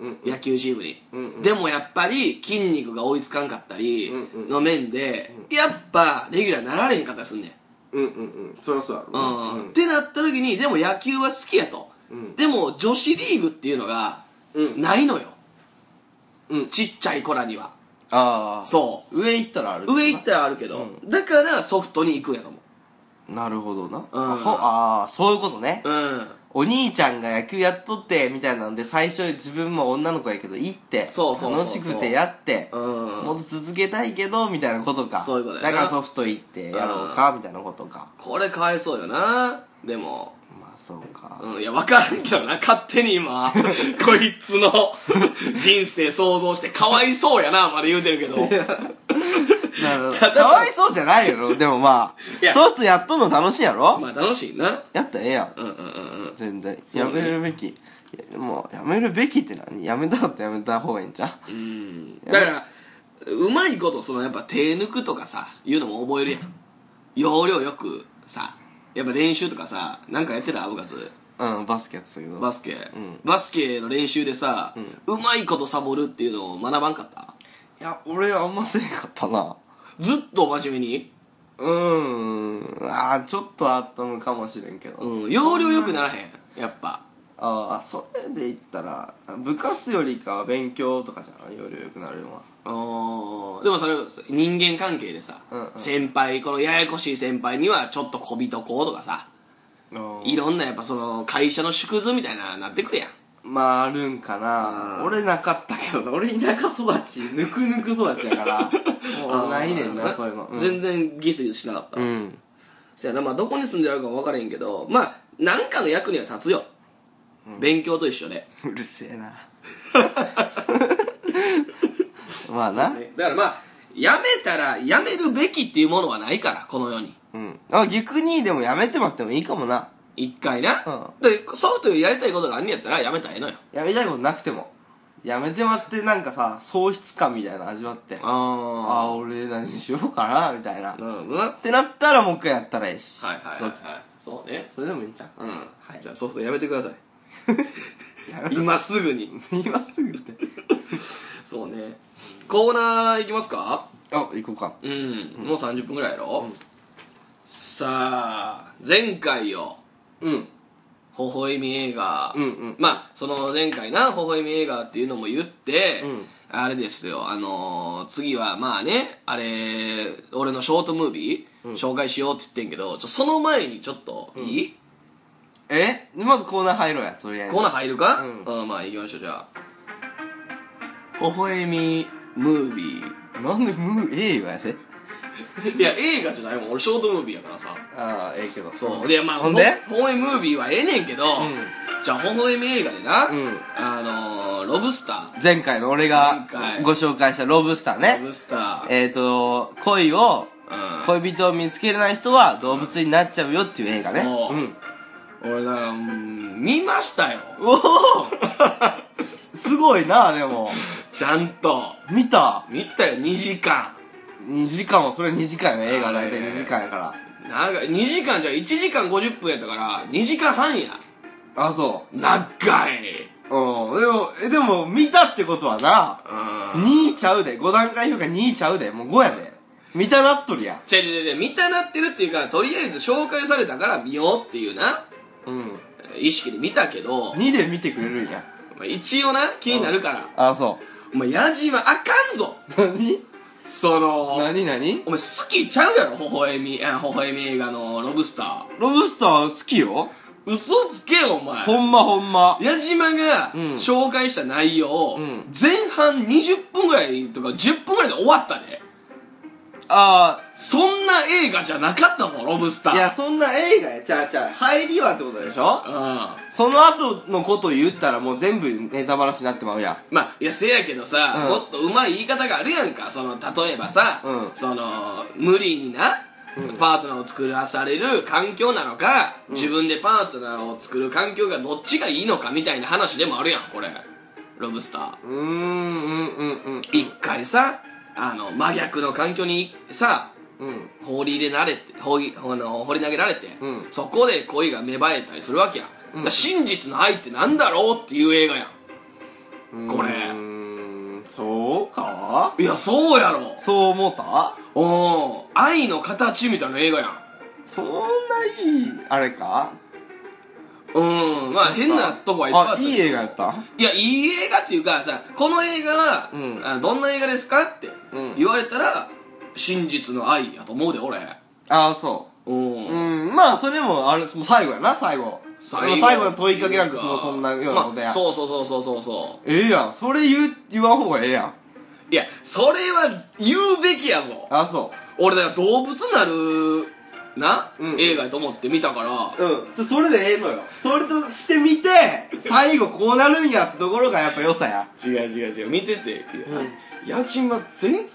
うん
野球チームに、
うんうん
でもやっぱり筋肉が追いつかんかったり
うんうん
の面で、やっぱレギュラーなられへんかったりすんねん
うんうんうんそりゃそうや
うん
ろ
っ
ね
てなった時にでも野球は好きやと、
うん
でも女子リーグっていうのが
うん
ないのよ、
うん
ちっちゃい子らには
ああ
そう
上行ったらある
う上行ったらあるけど、だからソフトに行くんやと思
なるほどな、
うん
あほあーそういうことね、
ううん
お兄ちゃんが野球やっとってみたいなんで最初自分も女の子やけど行って
そうそうそう
楽
そう
しくてやって、
うん
もっと続けたいけどみたいなことか
そういうことやな
だからソフト行ってやろうか、みたいなことか
これかわいそうよなでも
まあそうか、
うん、いや、わからんけどな、勝手に今、 こいつの人生想像して、かわいそうやな、まで言うてるけど。
なるほど
ただ
かわいそうじゃないよでもま
いや
あソフトやっとんの楽しいやろ、
まあ、楽しいな。
やったらええやん
うんうんうんうん。
全然やめるべき、いやもうやめるべきって何やめたかったらやめた方がいいんちゃう
うんだから、うまいこと、そのやっぱ手抜くとかさ、いうのも覚えるやん。要領よくさ、やっぱ練習とかさ、なんかやってた部活。
うんバスケやってたけど
バスケ、
ん
バスケの練習でさ、うまいことサボるっていうのを学ばんかった
いや俺あんませんかったな
ずっと真面目に、
うーんああちょっとあったのかもしれんけど、
うん、要領よくならへん、やっぱ。
ああそれで言ったら部活よりかは勉強とかじゃんより良くなるのは
おーでもそれ人間関係でさ、
うんうん
先輩このややこしい先輩にはちょっとこびとこうとかさいろんなやっぱその会社の縮図みたいななってくるやん
まああるんかな、
うん
俺なかったけど俺田舎育ちぬくぬく育ちやから もうないねんなそういうの、うん、
全然ギスギスしなかった、
うん
そやなまあどこに住んであるかも分からへんけどまあ何かの役には立つよ、勉強と一緒で
うるせ えなまあな
だからまあやめたらやめるべきっていうものはないからこの世に
うんあ逆にでもやめてもらってもいいかもな
一回な、でソフトやりたいことがあんねやったらやめたらええのよ
やめたいことなくてもやめてもらってなんかさ喪失感みたいなの味わってあ
あ
あ俺何しようかなみたいなっ
なるほどな
てなったらもう一回やったらいいし
はいはい
ど
はい、
っち
そうね
それでもいいん ちゃ
うん、
い
じゃあソフトやめてください
うやめろ
今すぐに
今すぐって
そうねコーナーいきますか
あ行こうか
うん、もう30分ぐらいやろ、さあ前回よ
うん
微笑み映画、
うんうん
まあその前回な微笑み映画っていうのも言って、
うん
あれですよあのー次はまあねあれ俺のショートムービー、紹介しようって言ってんけどちょその前にちょっといい、
えまずコーナー入ろうやとりあえず
コーナー入るか
う
うん、まあ行きましょうじゃあ微笑みムービ
なんでムー映画やせ
ーいや映画じゃないもん俺ショートムービーやからさ
ああええけど
そうでまあ
ほんで
ほ微笑みムービーはええねんけど、
ん
じゃあ微笑み映画でな、
うん
あのー、ロブスタ
前回の俺
前
が
回
ご紹介したロブスター
ーロ
ね
ブスター
えっと恋を
うん
恋人を見つけれない人は動物になっちゃうよっていう映画ね
そう
うん
俺だからうん見ましたよ
おおすすごいなでも
ちゃんと
見た
見たよ2時間
2時間もそれ2時間やね映画大体2時間やから
長い2時間じゃ1時間50分やったから2時間半や
あそ
長い、
ううんでもえでも見たってことはな
うん、
2ちゃうで5段階評価2ちゃうでもう5やで見たなっとるやん
違う違う違う、見たなってるっていうか、とりあえず紹介されたから見ようっていうな、
うん
意識で見たけど、
2で見てくれるんや
まあ一応な、気になるから、
あそ
お前、野人はあかんぞ
う何
その、
何何
お前好きちゃうやろ、微笑み、あ微笑み映画のロブスター。
ロブスター好きよ
嘘つけよ、お前。
ほんまほんま
矢島が
うん
紹介した内容を、
うん
前半20分ぐらいとか10分ぐらいで終わったで。
あ
そんな映画じゃなかったぞ、ロブスター。
いやそんな映画やちゃうちゃう入りはってことでしょ
うん。
その後のこと言ったらもう全部ネタバラシになってまうやん
まあ、いや、せやけどさ、
うん
もっとうまい言い方があるやんか。その、例えばさ、
うん
その、無理にな、パートナーを作らされる環境なのか、自分でパートナーを作る環境がどっちがいいのかみたいな話でもあるやんこれロブスター
うーんうんうんうん
一回さあの真逆の環境にさ
うん
放り入れられて放りあの放り投げられて、
うん
そこで恋が芽生えたりするわけやん、
ん
だから真実の愛ってなんだろうっていう映画やんこ
う
れ
ーんそうか
いやそうやろ
そう思った
おー愛の形みたいな映画やん
そんないいあれか
うんまあ変なとこはいっぱいあっ
あ
た
いい映画やった
いやいい映画っていうかさこの映画は、
うん
あどんな映画ですかって
うん
言われたら、真実の愛やと思うで俺
ああそううんうんまあそれもあれもう最後やな最後最後の問いかけなんかそのそんなようなことや、
まあそうそうそうそうそうそう
ええやんそれ言う言わん方がええやん
いや、それは言うべきやぞ。
あそ
俺、だから動物なる、な、
うん
映画やと思って見たから、
ううんそれでええのよそれとして見て最後こうなるんやってところがやっぱ良さや
違う違う違う、見てて、
うん
家賃は全然、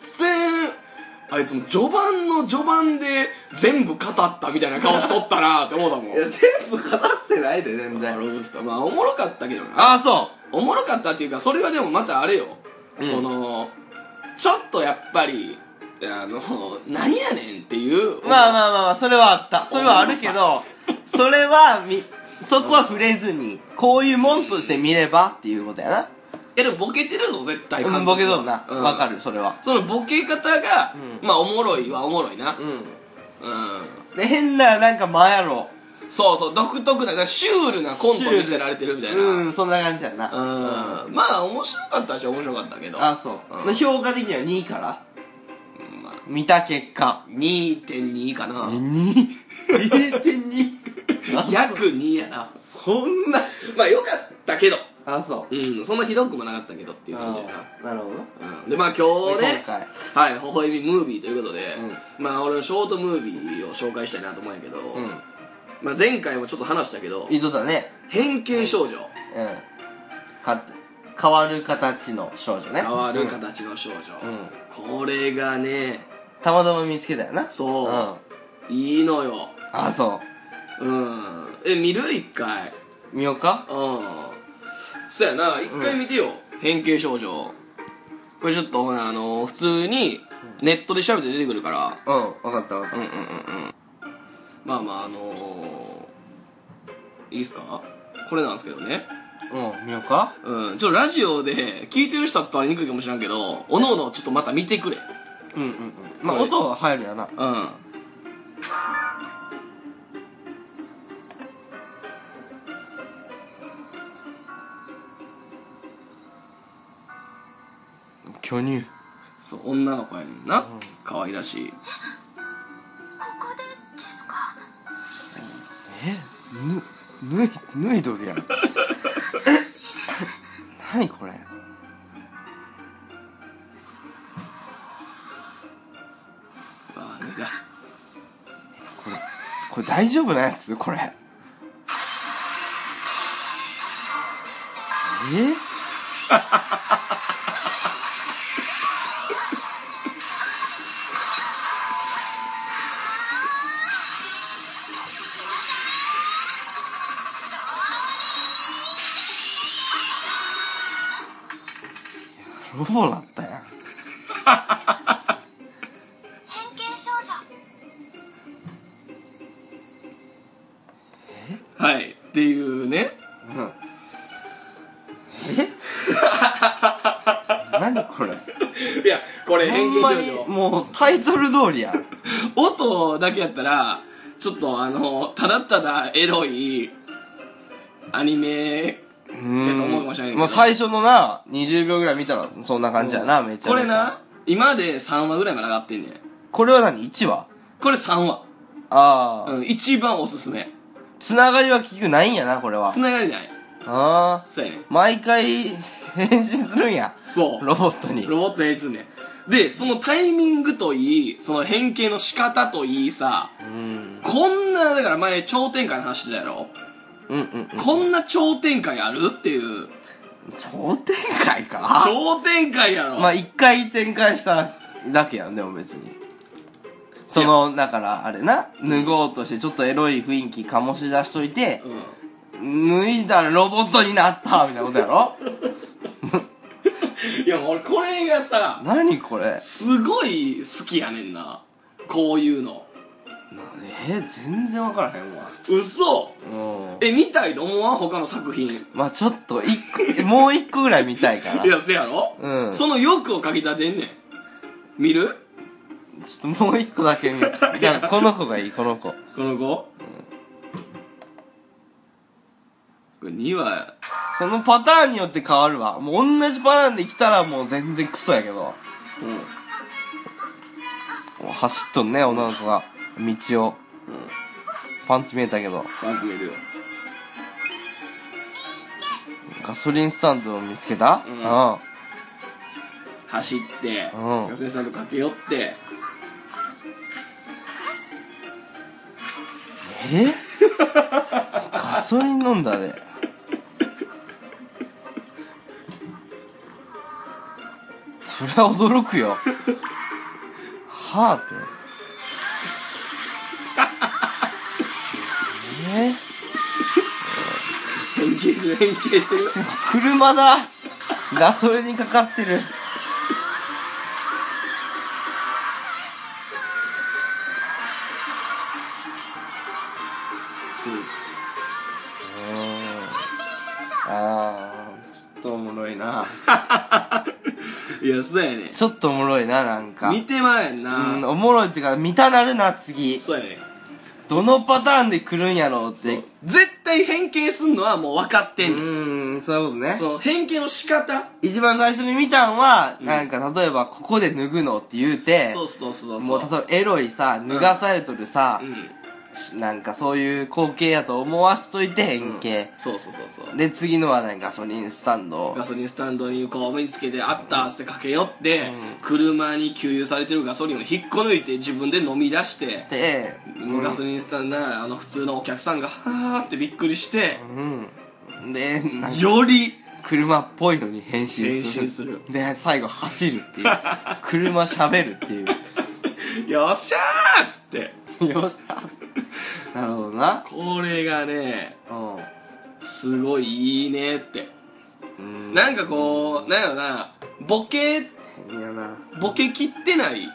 あいつも序盤の序盤で全部語ったみたいな顔しとったなって思ったもん。
いや全部語ってないで全
あ
然
ロブスター。まあ、おもろかったけどな。
ああそ
おもろかったっていうか、それはでもまたあれよ。
うん
その、ちょっとやっぱり、あの、なんやねんっていう。
うまあまあまあまあそれはあったそれはあるけどそれはみそこは触れずにこういうもんとして見ればっていうことやな
えでもボケてるぞ絶対
うんボケとんな
うん
わかるそれは
そのボケ方が、
う
まあおもろいはおもろいなうん
んで変ななんか間やろ
そうそう独特ななんかシュールなコント見せられてるみたいなう、
うんんそんな感じやな
まあ面白かったし面白かったけど
あそう、
うん
評価的には2位から
まあ
見た結果
2.2かな
2?0.2?
約2やな
そんな
まあよかったけど
あそう
うんそんなひどくもなかったけどっていう感じやな
あなるほど
うんでまあ今日
で
ね
今回
はい「微笑みムービー」ということで、まあ俺のショートムービーを紹介したいなと思うんやけど、
うん
まあ、前回もちょっと話したけど
井戸だね
偏見少女
うんか変わる形の少女ね
変わる形の少女、
うん
これがね
たまたま見つけたよな
そうう、
ん
いいのよ
あそ
うんえ見る一回
う見ようか
うんそやな一回見てよ、変形少女これちょっとほらあの普通にネットで調べて出てくるから
うんわかったわか
うん
っ
うんうんうんまあまああのーいいっすかこれなんですけどね
たうん見ようか
うんちょっとラジオで聞いてる人は伝わりにくいかもしれんけどおのおのちょっとまた見てくれ
うんうんうんまあ
これ
音は入るやな
うん
巨乳
そう女の子やねんな可愛らしい
ここでですか
えぬぬい脱いどるやん 何これ
バーニが
これこれ大丈夫なやつこれえ ロボだったやん
偏見少女
はいっていうね
うんえ 何これ
いやこれ
ほ
変
ん
形
ま
少
に
女
もうタイトル通りやん
音だけやったらちょっとあのただただエロいアニメ
うん
えと思うかもしれないけど
まあ最初のな20秒ぐらい見たらそんな感じやな、めちゃめちゃ
これな今で3話ぐらいまで上がってんねん
これは何1話
これ3話、
ああ、
うん、一番おすすめ
つながりは聞くないんやなこれは
つながりない
ああ
そうやねん
毎回変身するんや
そう
ロボットに
ロボット演出ねんでそのタイミングといいその変形の仕方といいさ
うん
こんなだから前超展開の話してたやろ
うんうん
こんな超展開あるっていう
超展開か
超展開やろ、
まあ一回展開しただけやんでも別にそのだからあれな脱ごうとしてちょっとエロい雰囲気醸し出しといて
うん
脱いだらロボットになったみたいなことや ろ
いやもう俺これがさ
何これ
すごい好きやねんなこういうの
え全然分からへんわ
嘘
うん
え見たいと思わん他の作品
まあちょっと一個もう一個ぐらい見たいから
い
ちょ
やせやろ、
うん
その欲をかき立てんねん見る
っともう一個だけ 見ようじゃあこの子がいいこの子
この子、これ2は
そのパターンによって変わるわもう同じパターンで来たらもう全然クソやけども
うん
う走っとんね女の子が道をパンツ見えたけど
パンツ見るよ
ガソリンスタンドを見つけた
うん
うん
走って
うん
ガソリンスタンド駆け寄って
えガソリン飲んだでそりゃ驚くよはあってえ
変形してる変形してる
車だガソリンにかかってるあーちょっとおもろいな
いやそうやね
ちょっとおもろいななんか
見てまえんな、
うんおもろいっていうか見たなるな次
そうやね
どのパターンで来るんやろうって
絶対変形すんのはもう分かって
うん
ねん、
ーんそういうことね
その変形の仕方
一番最初に見たんは、なんか例えばここで脱ぐのって言うて
そうそうそうそう
もう例えばエロいさ脱がされとるさ
う、ん
なんかそういう光景やと思わしといて変形、
そうそうそうそう
で次のはなんかガソリンスタンド
ガソリンスタンドにこう目につけてあったっつって駆け寄って、車に給油されてるガソリンを引っこ抜いて自分で飲み出して、
で、
もうガソリンスタンドなあの普通のお客さんがはーってびっくりして、
うん、でなんか
より
車っぽいのに変身する
変身する
で最後走 るっていう車しゃべるっていう
よっしゃーっつって
よっしゃなるほどな
これがね
うん
すごいいいねって
うん
なんかこうなんやろなボケ
いやな
ボケきってない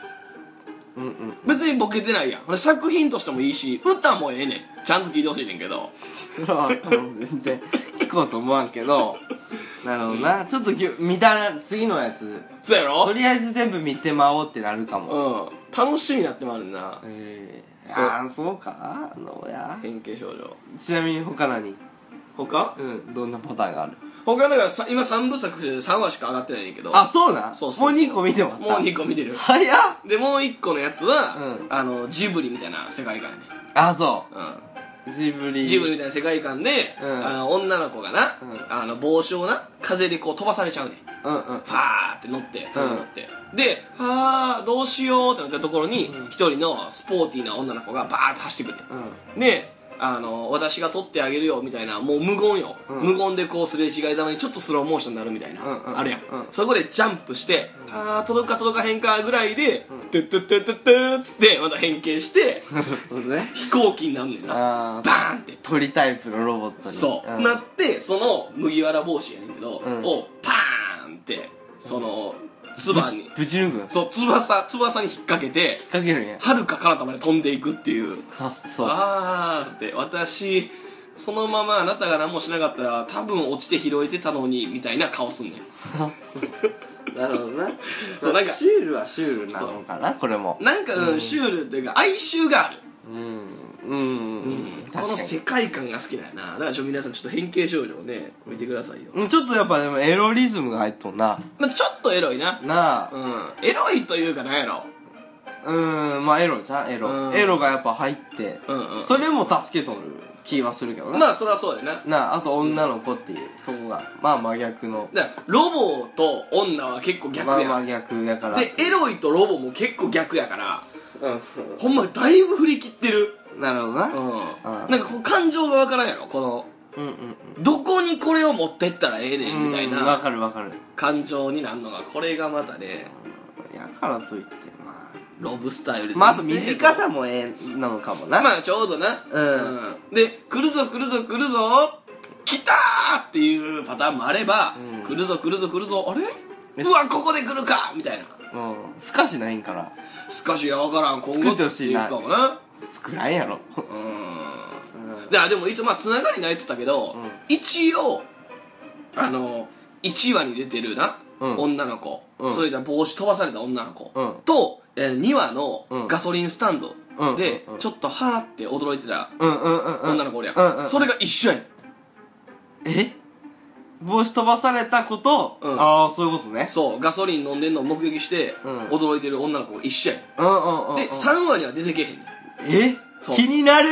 うんうん
別にボケてないやんこれ作品としてもいいし歌もええねんちゃんと聴いてほしいねんけど
それは全然聞こうと思わんけ どなるほどな、ちょっとぎゅ見たな次のやつ
そうや
と
ろ
りあえず全部見てまおうってなるかも、
うん楽しみになってまうねんな
ええ
そう
ああそうかどうや
変形症状
ちなみに他何
他
うんどんなパターンがある
他だからさ今3部作で3話しか上がってないねんけど
あそうなん
そうそうそう
もう2個見てもらった
もう2個見てる
早っ
でもう一個のやつは、
うん
あのジブリみたいな世界観やね、
あそううジブリ
ん、ジブリみたいな世界観で、
うん
あの女の子がな、
うん
あの帽子をな風でこう飛ばされちゃうねん
うんうん
ファーって乗って風に乗って、で「あーどうしよう」ってなったところに
うん
一人のスポーティーな女の子がバーって走ってくるねん
うん
であの私が撮ってあげるよみたいなもう無言よ、
うん
無言でこうすれ違いざまにちょっとスローモーションになるみたいな、
うんうん
あるやん、
うん
そこでジャンプして、あー届くか届かへんかぐらいで、
うん
トゥットゥットゥットゥットゥっつってまた変形して
なるほど ね
飛行機になんねんな
あ
バ
あ
ーンって
鳥タイプのロボットに
そう、
ん
なってその麦わら帽子やねんけど、
うん
をパーンってその翼に、
ぶち抜くの引っ
そう翼翼に引っ掛けて
掛けるんや
はるか彼方まで飛んでいくっていう
あそう
あーって私そのままあなたが何もしなかったら多分落ちて拾えてたのにみたいな顔すんねん
あそう なるほどな
そうなんか
シュールはシュールなのかなこれも
なんか、うんシュールっていうか哀愁がある、
うんうん
うん
確か
こ
に
の世界観が好きだよなだからちょっと皆さんちょっと変形症状をね見てくださいよ、
うんちょっとやっぱでもエロリズムが入っとんな
まあ、ちょっとエロいな
なあ
うんエロいというかなんやろ
うーんまあエロじゃんエ
うん
ロエロがやっぱ入って
うんうん
それも助けとる気はするけどな
まあそれはそうだよな
なああと女の子っていうとこがまあ真逆の
だからロボと女は結構逆
まあ
やん、
真逆やから
でエロいとロボも結構逆やから
う
ほんまだいぶ振り切ってる
んなるほど
う
なんあ
なんかこう感情がわからんやろこの
うんうん
どこにこれを持ってったらええね
うん
んみたい
うんわ
な
かるわかる
感情になるのがこれがまたね
やからといってまあ
ロブスターより
まああと短
さ
さもええなのかもな、
まあちょうどな
うん
うんで来るぞ来るぞ来るぞ来たーっていうパターンもあれば、
うん
来るぞ来るぞ来るぞあれ
え
うわここで来るかみたいな
うんすかしないんから
しかしいやわからん今後
作ってほしいな
ってうかもな
少ないやろ、
うん
うん、
いやでも一応まあつながりないっつったけど、
うん
一応あの1話に出てるな、
うん
女の子、
うん
それから帽子飛ばされた女の子、
うん
と、えー、2話の
うん
ガソリンスタンド
うん
で、
うん
ちょっとはーって驚いてた
うんうんうんうん
女の子おるやん、
うんうん
それが一緒やねん
え帽子飛ばされたこと、
うん
ああそういうことね
そうガソリン飲んでんのを目撃して、
うん
驚いてる女の子が一緒やねん
うんうんうんうん
で3話には出てけへんねん
え
そう
気に なる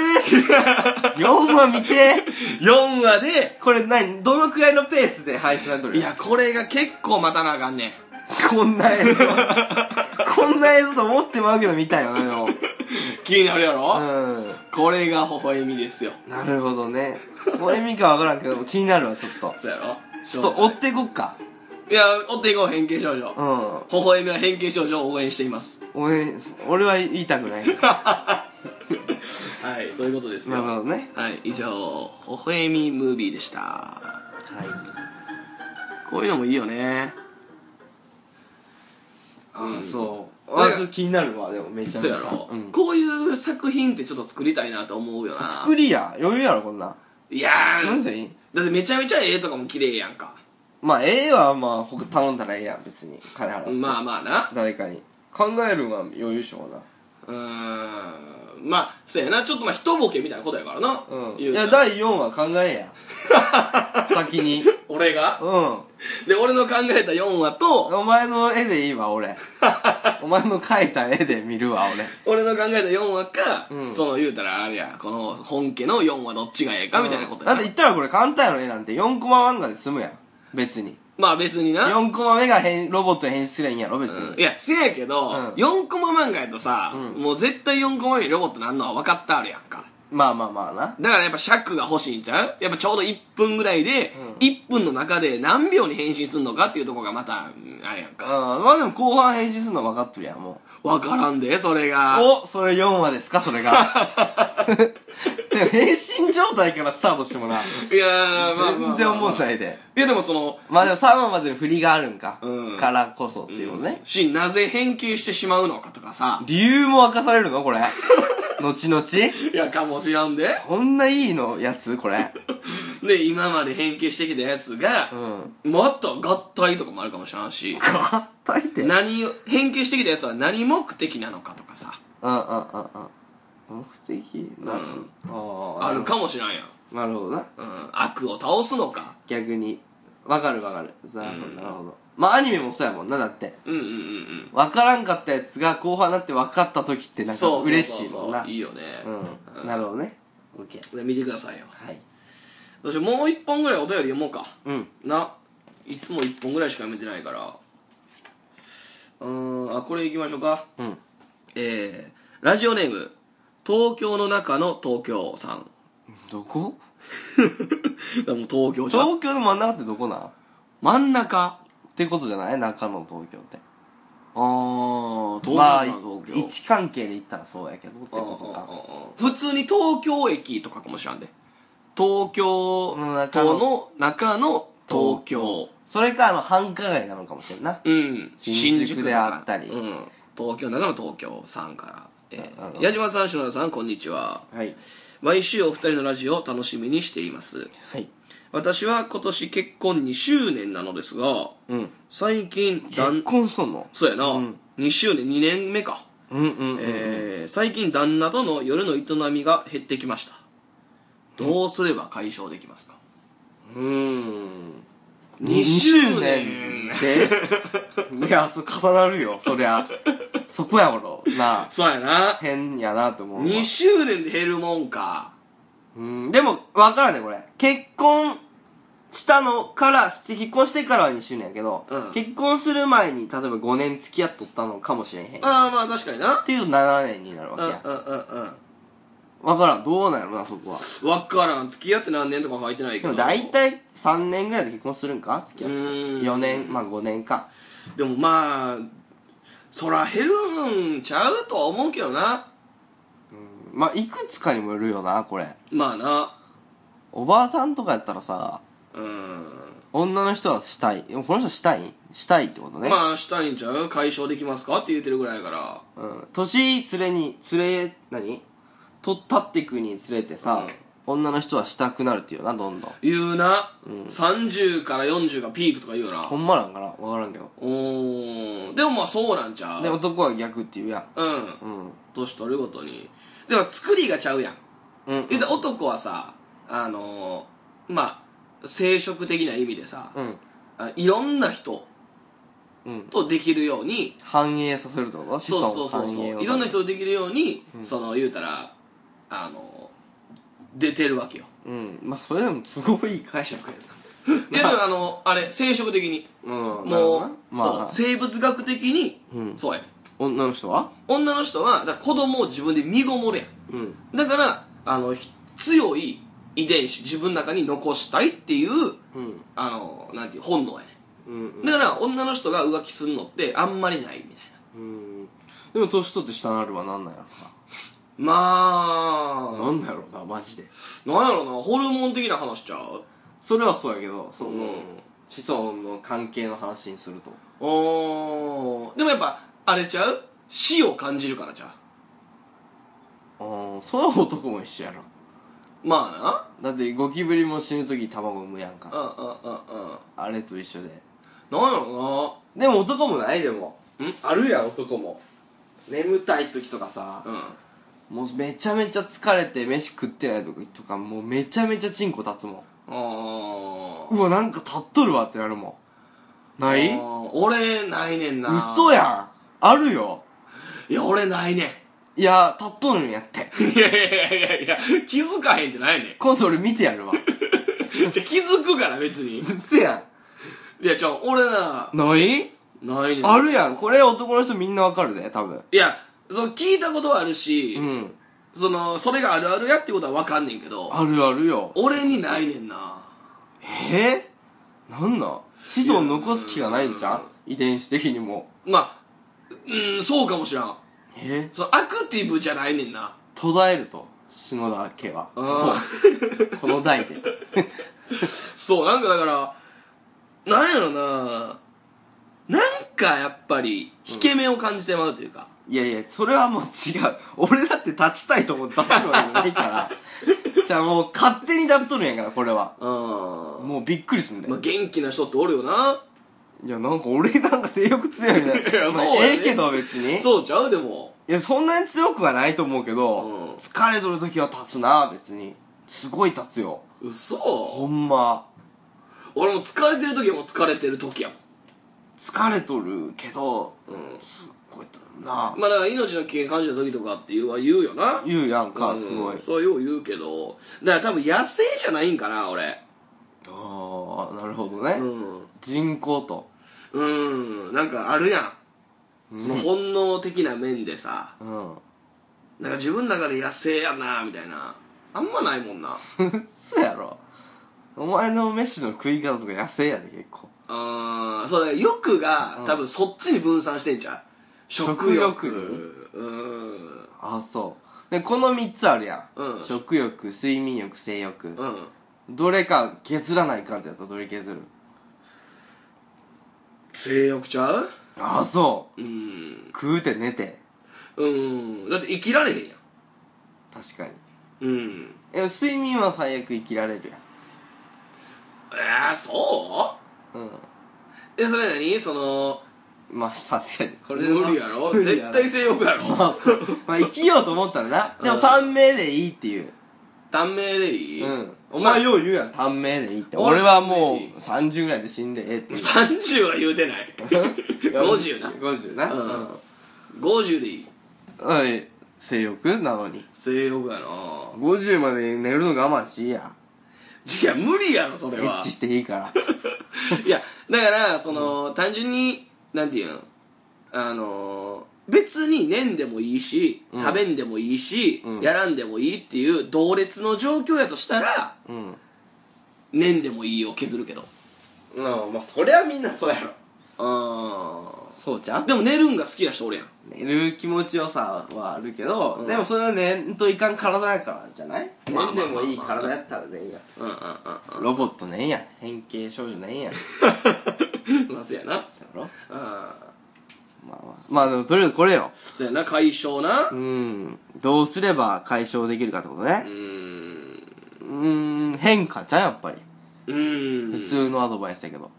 4話見て
4話で
これ何どのくらいのペースで配信されとる
いやこれが結構待たなあかんねん
こんな映像こんな映像と思ってまうけど見たよねもう
気になるやろ、
う
これが微笑みですよ
んなるほどねこれ見かわからんけど気になるわちょっと
そうやろ
ちょっと追っていこっか
いや、追っていこう、変形少女。
うん
微笑みは変形少女を応援しています。
俺俺は言い たくない
はい、そういうことです
なるほ
よ。
どね
はい、以上、微笑みムービーでした。
は
こういうのもいいよね。
いあそう
なん
あ
か
ちょっと気になるわでもめちゃめ
そう
ち
や
ゃ
ろ、
うん
こういう作品ってちょっと作りたいなと思うよな。
作りや余裕やろこんなん
いや
なん
ー、
でいい
だってめちゃめちゃ絵とかも綺麗やんか。
まあええはまあ他頼んだらええやん別に金払って
まあまあな。
誰かに考えるんは余裕しょう
う
な
ーん。まあ、そうやな。ちょっとまあ、一ボケみたいなことやからな。
うん
言
いう
た
や
ら
第4話考え や先に
俺が
うん
で、俺の考えた4話と、
お前の絵でいい わ俺お前の描いた絵で見るわ俺
俺の考えた4話か、
うん
その言うたらあれやこの本家の4話どっちがええかみたいなこと
だ
や
っ
な、
て言ったらこれ簡単やろ絵なんて4コマ漫画で済むやん別に
まあ別にな、
4コマ目が変ロボットに変身すりゃいいんやろ別に、
いやせやけど、
うん
4コマ漫画やとさ、
うん
もう絶対4コマ目にロボットなんのは分かったあるやんか
まあまあまあな
だからやっぱ尺が欲しいんちゃうやっぱちょうど1分ぐらいで、
うん
1分の中で何秒に変身するのかっていうとこがまたうんあれやんか
うんまあでも後半変身するの分かっとるやんも
分からんでそれ
う
が
おそれ4話ですかそ れがでも変身状態からスタートしてもな、
いやーまあまあまあまあ
全然思うないで
いやでもその
まあでも3話までの振りがあるんか、
うん
からこそっていうことね、
しなぜ変形してしまうのかとかさ
理由も明かされるのこれ 後々
いやかもしらんで
こんないいのやつこれ
で今まで変形してきたやつが
う、ん
もっと合体とかもあるかもしれんし
合体ってうんうんうん
何を変形してきたやつは何目的なのかとかさ、
うんうん目的なるほど
あるかもしらんやん、
なるほどな
うん、悪を倒すのか
逆にわかるわかるなるほどなるほどまあアニメもそうやもんなだって
うんうんうんうん
わからんかったやつが後半になって分かった時ってなんか
そうそう
嬉
そ
し
う
いも
そ
ん
う
な
いういよね、
んなるほどね OK
で見てくださいよ
はい
どうしようもう一本ぐらいお便り読もうか
うん
ないつも一本ぐらいしか見てないからうーんあこれいきましょうか
うん
えー、ラジオネーム東京の中の東京さん
どこ
でもう東京じゃん
東京の真ん中ってどこなんっ
真ん中
てことじゃない中野東京って
ああ、東京
まあい
な東京。
位置関係で言ったらそうやけどっ
あ
て
あ
こと
あ
か
あああ普通に東京駅とかかもしらんで。東京
の中の
都の中の東京。
それかあの繁華街なのかもしれんな
うん。
新宿
とか
であったり
うん。東京の中の東京さんから。えー
なるほど
矢島さん、篠田さん、こんにちは。
はい
毎週お二人のラジオを楽しみにしています。
はい
私は今年結婚2周年なのですが、
うん
最近、だ
結
ん、
婚しとんの
そうやな、
うん
2周年、2年目か。
うんうんうん
えー最近旦那との夜の営みが減ってきましたどうすれば解消できますか
うん
2周年
二周年でいやそ重なるよそりゃそこやろなあ
そうやな
変やなと思うわ
2周年で減るもんか
うんでも分からんねこれ結婚したのからして結婚してからは2周年やけど、
うん
結婚する前に例えば5年付き合っとったのかもしれへんっ
ああまあ確かにな
ていうと7年になるわ
う
け
んうん
や
うん
分からんどうなんやろなそこは
うんわからん付き合って何年とか書いてないけ
で
ど
も大体3年ぐらいで結婚するんか付き合って
うーん
4年まあ5年か
でもまあそら減るんちゃうとは思うけどな
まあいくつかにもよるよなこれ
まあな
おばあさんとかやったらさ
うん
女の人はしたいでもこの人したいしたいってことね、
まあしたいんちゃう解消できますかって言ってるぐらいやから
うん、年連れに連れ何と立っていくにつれてさ、女の人はしたくなるっていうよなどんどん
言うな、30から40がピークとか言うよな
ほんまなんかな分からんけど
おーでもまあそうなんちゃう
で男は逆っていうやん
うん
うん
年取るごとにでも作りがちゃうやん
うん
言うたら男はさあのー、まあ生殖的な意味でさ、
うん
あいろんな人
うん
とできるように
繁栄させるってこと子
そう
孫
そうそう
繁栄
そ
を
ういろんな人とできるように、その言うたらあの出てるわけよ
うんまあそれでもすごい解釈や
いやでもあのあれ生殖的に
なうんなる
も
ほ
う
どな、まあ
そう生物学的に、
うん
そうや
女の人は
女の人はだから子供を自分で身ごもるやん
うん
だからあのひ強い遺伝子自分の中に残したいっていう
うん
あのなんていう本能やね
うん
だから女の人が浮気するのってあんまりないみたいな
うんでも年取って下なるはなんなんやろ
ま
な
あ
んだろうなマジで
なんやろなホルモン的な話ちゃう
それはそうやけどその、
うん
子孫の関係の話にすると
おーでもやっぱあれちゃう死を感じるからちゃ
ああそれは男も一緒やろ
うま
だってゴキブリも死ぬ時卵産むやん
あな
か
うんうんうんうん
あれと一緒で
なんやろ
でも男もないでも
ん
あるやん男も眠たい時とかさ
なうん
もうめちゃめちゃ疲れて飯食ってない時とかもうめちゃめちゃチンコ立つも
あ
んうわなんか立っとるわってなるもん
あ
ない
俺ないねんな
嘘やんあるよ
いや俺ないねん
いや立っとるんやって
いやいやいやいや、気づかへんってないね
今度俺見てやるわ
ん。じゃ、気づくから別に。
嘘や
いや、ちょ、俺な、
んない
ないねん。
あるやんこれ男の人みんなわかるで多分
いや、そう、聞いたことはあるし、
うん
その、それがあるあるやってことはわかんねんけど、
あるあるよ
俺にないねんな。
えー、なんなん子孫残す気がないんじゃん遺伝子的にも
まあ、うん、そうかもしらん。
え
その、アクティブじゃないねんな。
途絶えると篠田家は
あ
もうこの代で
そう、なんかだから、なんやろな、なんかやっぱり、引け目を感じてまうというか、
いやいやそれはもう違う俺だって立ちたいと思って立ってるわけじゃないからじゃあもう勝手に立っとるんやからこれは
うん。
もうびっくりすんだよ、
まあ、元気な人っておるよな。
いやなんか俺なんか性欲強いみたいな
いやそうやね
まあええけど別に
そうちゃうでも。
いやそんなに強くはないと思うけど、
うん
疲れとる時は立つな別にすごい立つよ
嘘
ほんま
俺も疲れてる時はもう疲れてる時やもん、
疲れとるけど
うん、
すごいとるな
まあだから命の危険感じた時とかっていうは言うよな
言うやんか、
うん
すごい
そうよう言うけどだから多分野生じゃないんかな俺
ああなるほどね、
うん
人口と
うんなんかあるやんその本能的な面でさ
うん
なんか自分の中で野生やなみたいなあんまないもんな
嘘やろお前の飯の食い方とか野生やで結構
あーそうだから欲が多分そっちに分散してんちゃう食欲
食欲
うん
ああそうでこの3つあるやん、
うん
食欲睡眠欲性
う
欲、
ん
どれか削らないかんってやったらどれ削る
性欲ちゃう
ああそう
うん
食うて寝て
うんだって生きられへんやん
確かに
うん
え睡眠は最悪生きられるや
えー、そ
んうん
うえそれ何その
まあ確かにこ
無理やろ絶対性欲や
ま
ろ
あそうまあ生きようと思ったらな で
う
も
ん
短命でいいっていう
短命でいい、
うんお前よう言うやん短命でいいって
俺
俺はもう
短命でいい
30ぐらいで死んでええっていう
30は言うてない 50な
50な
う
うんん
50でいい
はい性欲なのに
性欲やな
50まで寝るの我慢しいや
いや無理やろそれ
エ
は
ッチしていいから
いやだからその、単純になんていうのあの別に寝んでもいいし、
うん
食べんでもいいし、
うん
やらんでもいいっていう同列の状況やとしたら
うん
寝んでもいいを削るけど
まあそりゃみんなそうやろ
ああ
そうちゃん
でも寝るんが好きな人おるやん
寝る気持ちよさはあるけど、
うん
でもそれは寝んといかん体やからじゃない
まあまあ
寝んでもいい体やったらねんや
うんうんうん
ロボットねんや変形少女ねんや
うん まあそうやな
そうやろ
うん
まあまあまあでもとりあえずこれよ
そうやな解消な
うんどうすれば解消できるかってこと
う
ね
ーん
うーん変化じゃんやっぱり
うーん
普通のアドバイスやけど、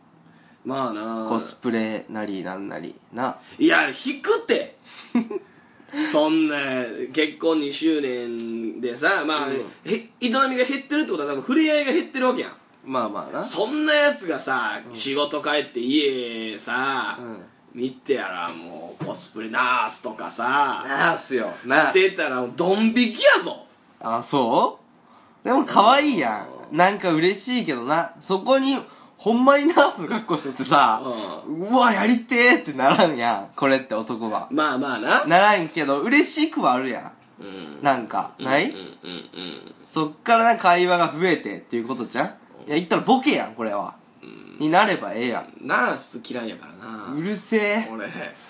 まあな
コスプレなりなんなりない
や引くって そんな結婚2周年でさまあ、
うん
へ営みが減ってるってことは多分触れ合いが減ってるわけやん
まあまあな
そんなやつがさ、仕事帰って家さ、
うん
見てやらもうコスプレナースとかさ
なあすよなあ
してたらドン引きやぞ
あそうでも可愛いやんなんか嬉しいけどなそこにほんまにナースの格好しててさ、うわやりてえってならんやんこれって男は
まあまあな
ならんけど嬉しくはあるや
うん
んなんかない、
うんうんうん
そっからなんか会話が増えてっていうことじゃんいや言ったらボケやんこれは、になればええや
うんナース嫌いやからなん
うるせえ
俺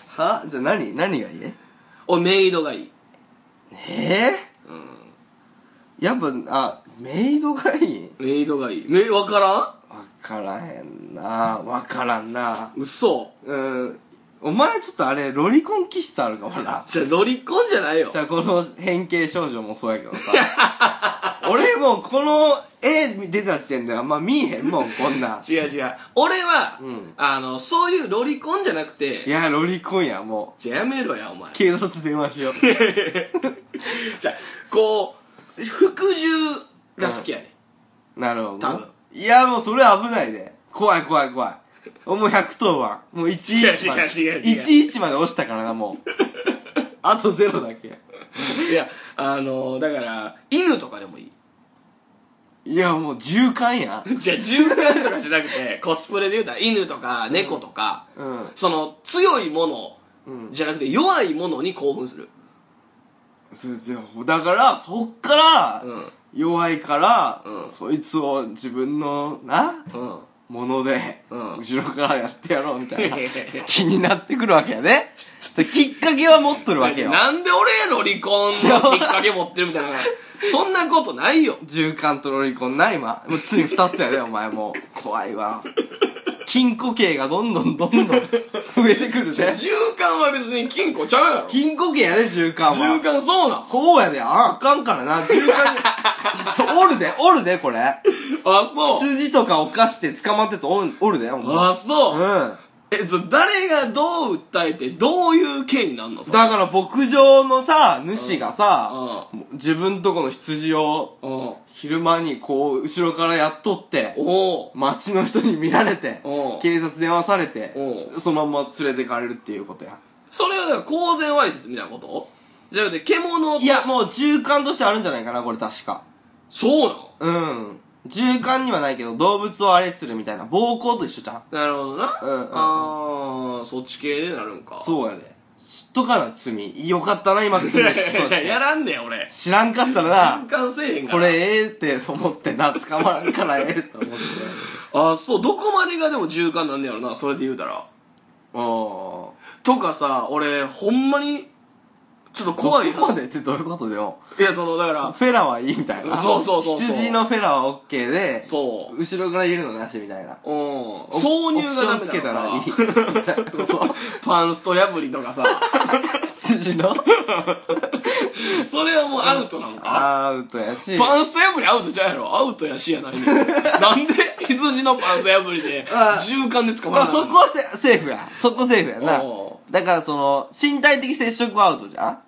はじゃあ何何がいい
俺メイドがいい
えー、やっぱあメイドがいい
メイドがいいメ分から
わからへんなわからんなん
嘘
うんお前ちょっとあれロリコン気質あるかもな
じゃあロリコンじゃないよ
じゃあこの変形少女もそうやけどさ 俺もうこの絵出た時点であんま見えへんもんこんなん
違う違う俺は、
うん
あのそういうロリコンじゃなく
い
て
やロリコンやも
じゃあやめろやお前
う 警察電話しよう
じゃあこう服従が好きやね、
なるほど
多
ね
分
いやもうそれ危ないで怖い怖い怖いもう110番もう11まで
違う違う違う
11まで押したからなもうあとゼロだけ
いやあのだから犬とかでもいい
いやもう重巻や
じゃあ柔軟とかじゃなく てコスプレで言うたら犬とか猫とか、
うん
その強いもの
うん
じゃなくて弱いものに興奮する
それじゃだからそっから、
うん
弱いから、
うん
そいつを自分のな
うん
もので、
うん
後ろからやってやろうみたいな気になってくるわけやねそれきっかけは持っとるわけよ
なんで俺ロリコンのきっかけ持ってるみたいなそんなことないよ
中間とロリコンな今もうつい2つ やでお前もう怖いわ金庫系がどんどんどんどん増えてくる
じゃあ
ね
循環は別に金庫ちゃうやろ
金庫系やで中間は
循環そうなん
そうやでああかんからな中間に そうおるでおるでこれ
あそう
羊とか犯して捕まってるやつおんおるでお前
あそう、
うん
えそれ誰がどう訴えてどういう刑になんの
だから牧場のさ主がさ、
う
自分とこの羊を
うんお
昼間にこう後ろからやっとって
お
町の人に見られて
うん
警察電話されて
う
そのまま連れてかれるっていうことや
それはだから公然わいせつみたいなことじゃなくて獣
いやもう中間としてあるんじゃないかなこれ確か
そうなの
うん中間にはないけど動物をあれするみたいな暴行と一緒じゃん
なるほどな、
うんうんうん
ああそっち系でなるんかう
そうやで知っとかな罪よかったな今
い
罪
や
知っといて
いややらんねん俺
知らんかったらな
循環せえへんから
これええって思ってな捕まらんからええと思って
あそうどこまでがでも循環なんねやろなそれで言うたら
お
とかさ俺ほんまにちょっと怖い
ここまでってどういうことでよ
いやそのだから
フェラはいいみたいな
そうそうそうそう
羊のフェラはオッケーで
そううん
後ろから入れるのなしみたいな
挿入がダメ
オプションつけ
な
た
の
らいい
か
みたいなこと
パンスト破りとかさ
羊の
それはもうアウトなのか
アウトやし
パンスト破りアウトちゃうやろアウトやしや ないねんなんで羊のパンスト破りで
あ
循環で捕ま
ま
ら
あ
ない
そこはセセーフやそこセーフやな
お
だからその身体的接触はアウトじゃん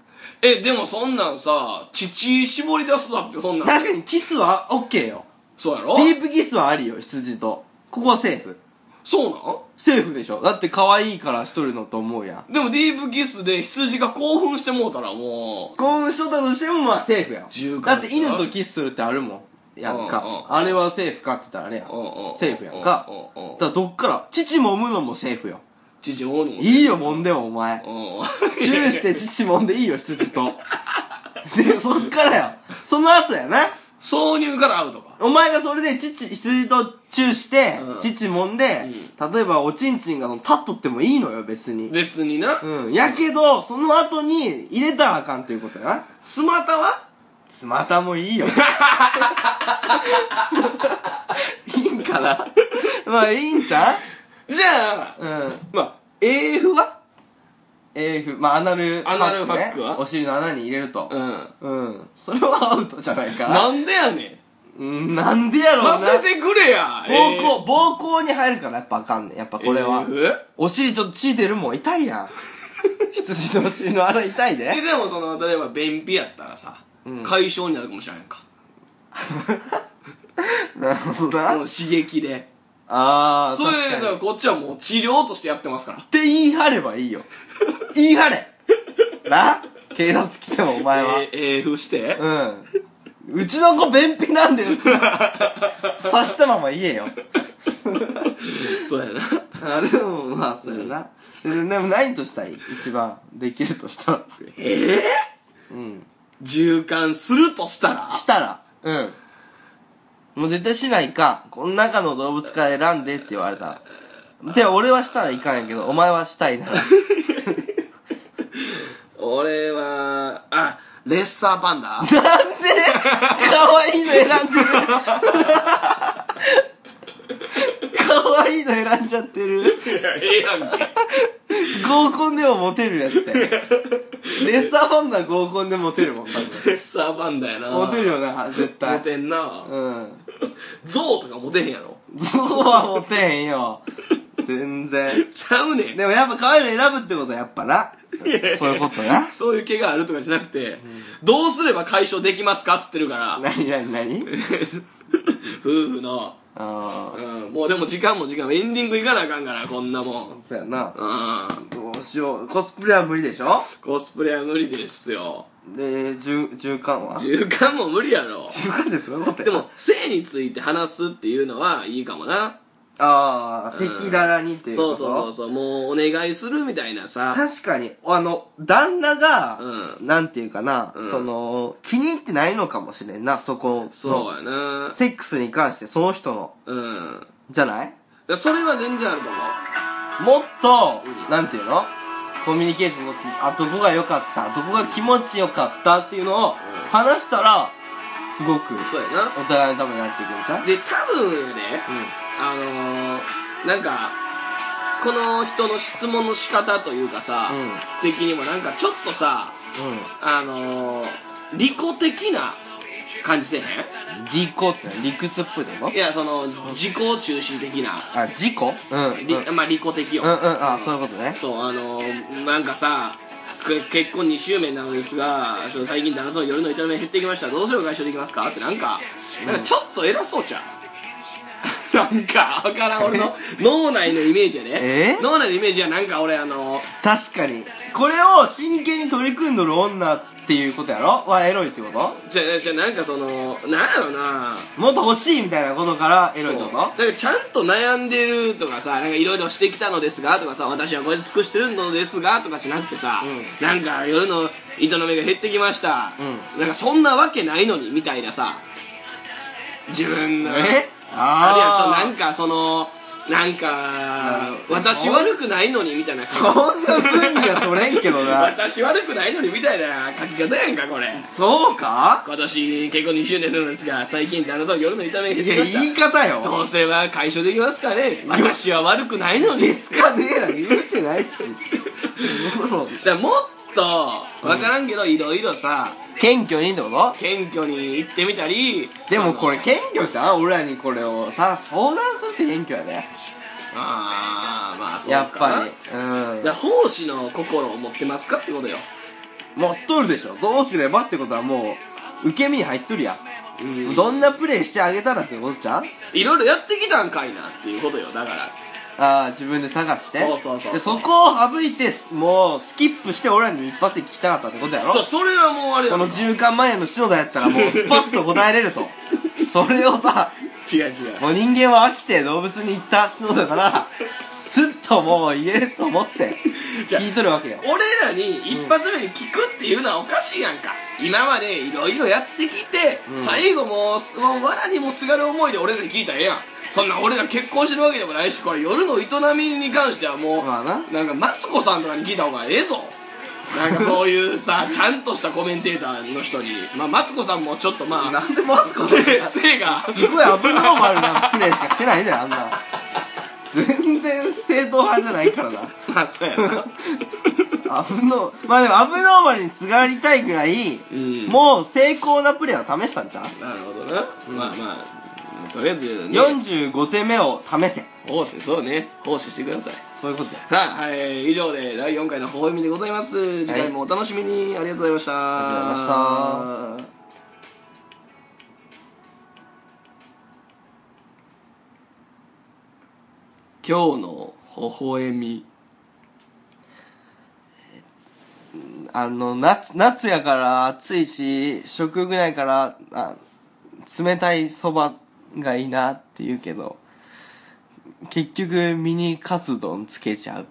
えでもそんなんさ乳絞り出すだってそんなん
確かにキスはオッケーよ
そうや
デ
ろ
ィープキスはありよ羊とここはセーフ
そうなん
セーフでしょだって可愛いからしとるのと思うやん
でもディープキスで羊が興奮してもうたらも
興奮しとったとしてもまあセーフや
自
ん
由
だ
感
っ
で
て
すよ
犬とキスするってあるもんやんか、
うんうん
あれはセーフかって言ったらあれやん、
う、うんうん、
セーフやんか、
うんうんうん
だからどっから父揉むのもセーフよ
父おるもん
いいよ揉んでもお前
うん
チューして父揉んでいいよ羊とでそっからやその後やな
挿入からアウトか
お前がそれで父羊とチューして
うん、
乳揉んで、例えばおちんちんがの立っとってもいいのよ、別に。
別にな、
うん。やけど、その後に入れたらあかんということやな。
スマタは
つまたもいいよ。いいんかな まあ、いいんちゃ
じゃあ、
ううん。
まあ AF は
AF、まあ、アナル
アナルファッ
ね
クは
お尻の穴に入れると。
ん
うん。それはアウトじゃないかな。
なんでやねん
うん、なんでやろうな。
させてくれや
膀胱、膀胱に入るからやっぱあかんねん。やっぱこれは。
AF?
お尻ちょっと血出るもん痛い やん。羊のお尻の穴痛い
え
で。
でもその例えば便秘やったらさ、
うん
解消になるかもしれんやんか
なるほど
あ
な。
の刺激で
あー、
それ
確か
だ
に
からこっちはもう治療としてやってますから
って言い張ればいいよ。言い張れな警察来てもお前は。
え AF して、
うん。うちの子便秘なんです。刺したまま言えよ。
そうやな
あ、でもまあ、そうやな。ででも何としたい一番できるとしたら。
ええ
うん。
循環するとしたら
したら。うん。もう絶対しないか。この中の動物から選んでって言われたら。で、俺はしたらいかんやけど、お前はしたいなら。
俺はあレッサーパン ダ
なんで可愛いの選んでる可愛いの選んじゃってる
ええやんけ
合コンでもモテるやつだよレッサーファンダは合コンでモテるもん多分
レッサーパンダやな
モテるよな絶対
モテんな
うん
象とかモテへんやろ
ゾウはモテへんよ全然
ちゃうねん
でもやっぱ可愛いの選ぶってことはやっぱなそういうことな
そういう毛があるとかじゃなくて、どうすれば解消できますかっつってるから
何何何
夫婦の、
あ
う
あ
ん、もうでも時間も時間もエンディングいかなあかんからこんなもん、うん、
そうやなどうしようコスプレは無理でしょ
コスプレは無理ですよ
で中中間は
時間も無理やろ
中間ってどういうことや
でも性について話すっていうのはいいかもな
ああ赤裸々にっていうこ
そ
と
うそうそうそうもうお願いするみたいなさ
確かにあの旦那が、
う
なんていうかな、
うん
その気に入ってないのかもしれんなそこの
そうやな
セックスに関してその人の
うんだか
じゃない
らそれは全然あると思う
もっと、
うん
なんていうのコミュニケーションもってあどこが良かったどこが気持ち良かったっていうのを話したらすごく
そうやな
お互いのためになっていくんちゃう
で多分やねあのー、なんかこの人の質問の仕方というかさ、
うんうん
的にもなんかちょっとさあのー、利己的な感じせえへ
うん利己ってのは理屈っぽいってこと
んいやその自己中心的な、
あ事故うん
り
うん
まあ利己的よ、
うんうん、あ、そういうことね。
そうあのー、なんかさく結婚2周年なのですがちょっと最近旦那との夜の営みが減ってきましたどうすれば解消できますかってなんかなんかちょっと偉そうじゃん なんかわからん俺の脳内のイメージやで、
え
脳内のイメージはなんか俺あのー、
確かに。これを真剣に取り組んどる女っていうことやろはエロいってこと
じゃあじゃあなんかそのなんやろな
もっと欲しいみたいなことからエロいって
そう
こ
だ
と
からちゃんと悩んでるとかさなんかいろいろしてきたのですがとかさ私はこれで尽くしてるのですがとかじゃなくてさ、
う
なんか夜の営みが減ってきました、
う
なんかそんなわけないのにみたいなさ自分の
え
あるいはちょ
あ
なんかそのなんか
うん
私悪くないのにみたいな
ーそんな分には取れんけどな。
私悪くないのにみたいな書き方やんかこれ
そうか
今年結婚2周年なのですが最近旦那と夜の営みが減っ
い
てき
や、
ました
言い方よ。
どうすれば解消できますかね私は悪くないのに
つかねえな、言うてないし。もう
だからもっと分からんけどいろいろさ
謙虚にってこと
謙虚に行ってみたり
でもこれ謙虚じゃん俺らにこれをさ、相談するって謙虚やで。
ああまあそうか
やっぱり。
だ
うん
から。奉仕の心を持ってますかってことよ
持っとるでしょどうすればってことはもう受け身に入っとるや
うん
んどんなプレイしてあげたらってことじゃん
いろいろやってきたんかいなっていうことよだから
ああ自分で探して
そうそうそう
でそこを省いてもうスキップして俺らに一発で聞きたかったってことやろ
そうそれはもうあれだ
この10巻前の篠田やった らもうスパッと答えれるとそれをさ
違う違う
もう人間は飽きて動物に行った篠田からスッともう言えると思って
じゃあ
聞いとるわけよ
俺らに一発目に聞くっていうのはおかしいやんか、今までいろいろやってきて、
うん
最後もうもうわらにもすがる思いで俺らに聞いたらええやんそんな俺ら結婚してるわけでもないしこれ夜の営みに関してはもう、
まあな
なんかマツコさんとかに聞いた方がええぞなんかそういうさちゃんとしたコメンテーターの人にまあマツコさんもちょっとまあ
なんでマツコさん
せ性が
すごいアブノーマルなプレーしかしてないんだよあんな全然正統派じゃないからな
まあそうやな
アブノーまあでもアブノーマルにすがりたいぐらい、
ん
もう成功なプレーは試したんじゃん、
なるほどな、まあまあとりあえず、ね、
45手目を試せ
奉仕そうね奉仕してください
そういうことだよ
さあ、はい、以上で第4回の微笑みでございます次回もお楽しみに、ありがとうございました
ありがとうございました
今日の微笑み
あの夏夏やから暑いし食ぐらいからあ冷たいそばがいいなって言うけど結局ミニカツ丼つけちゃう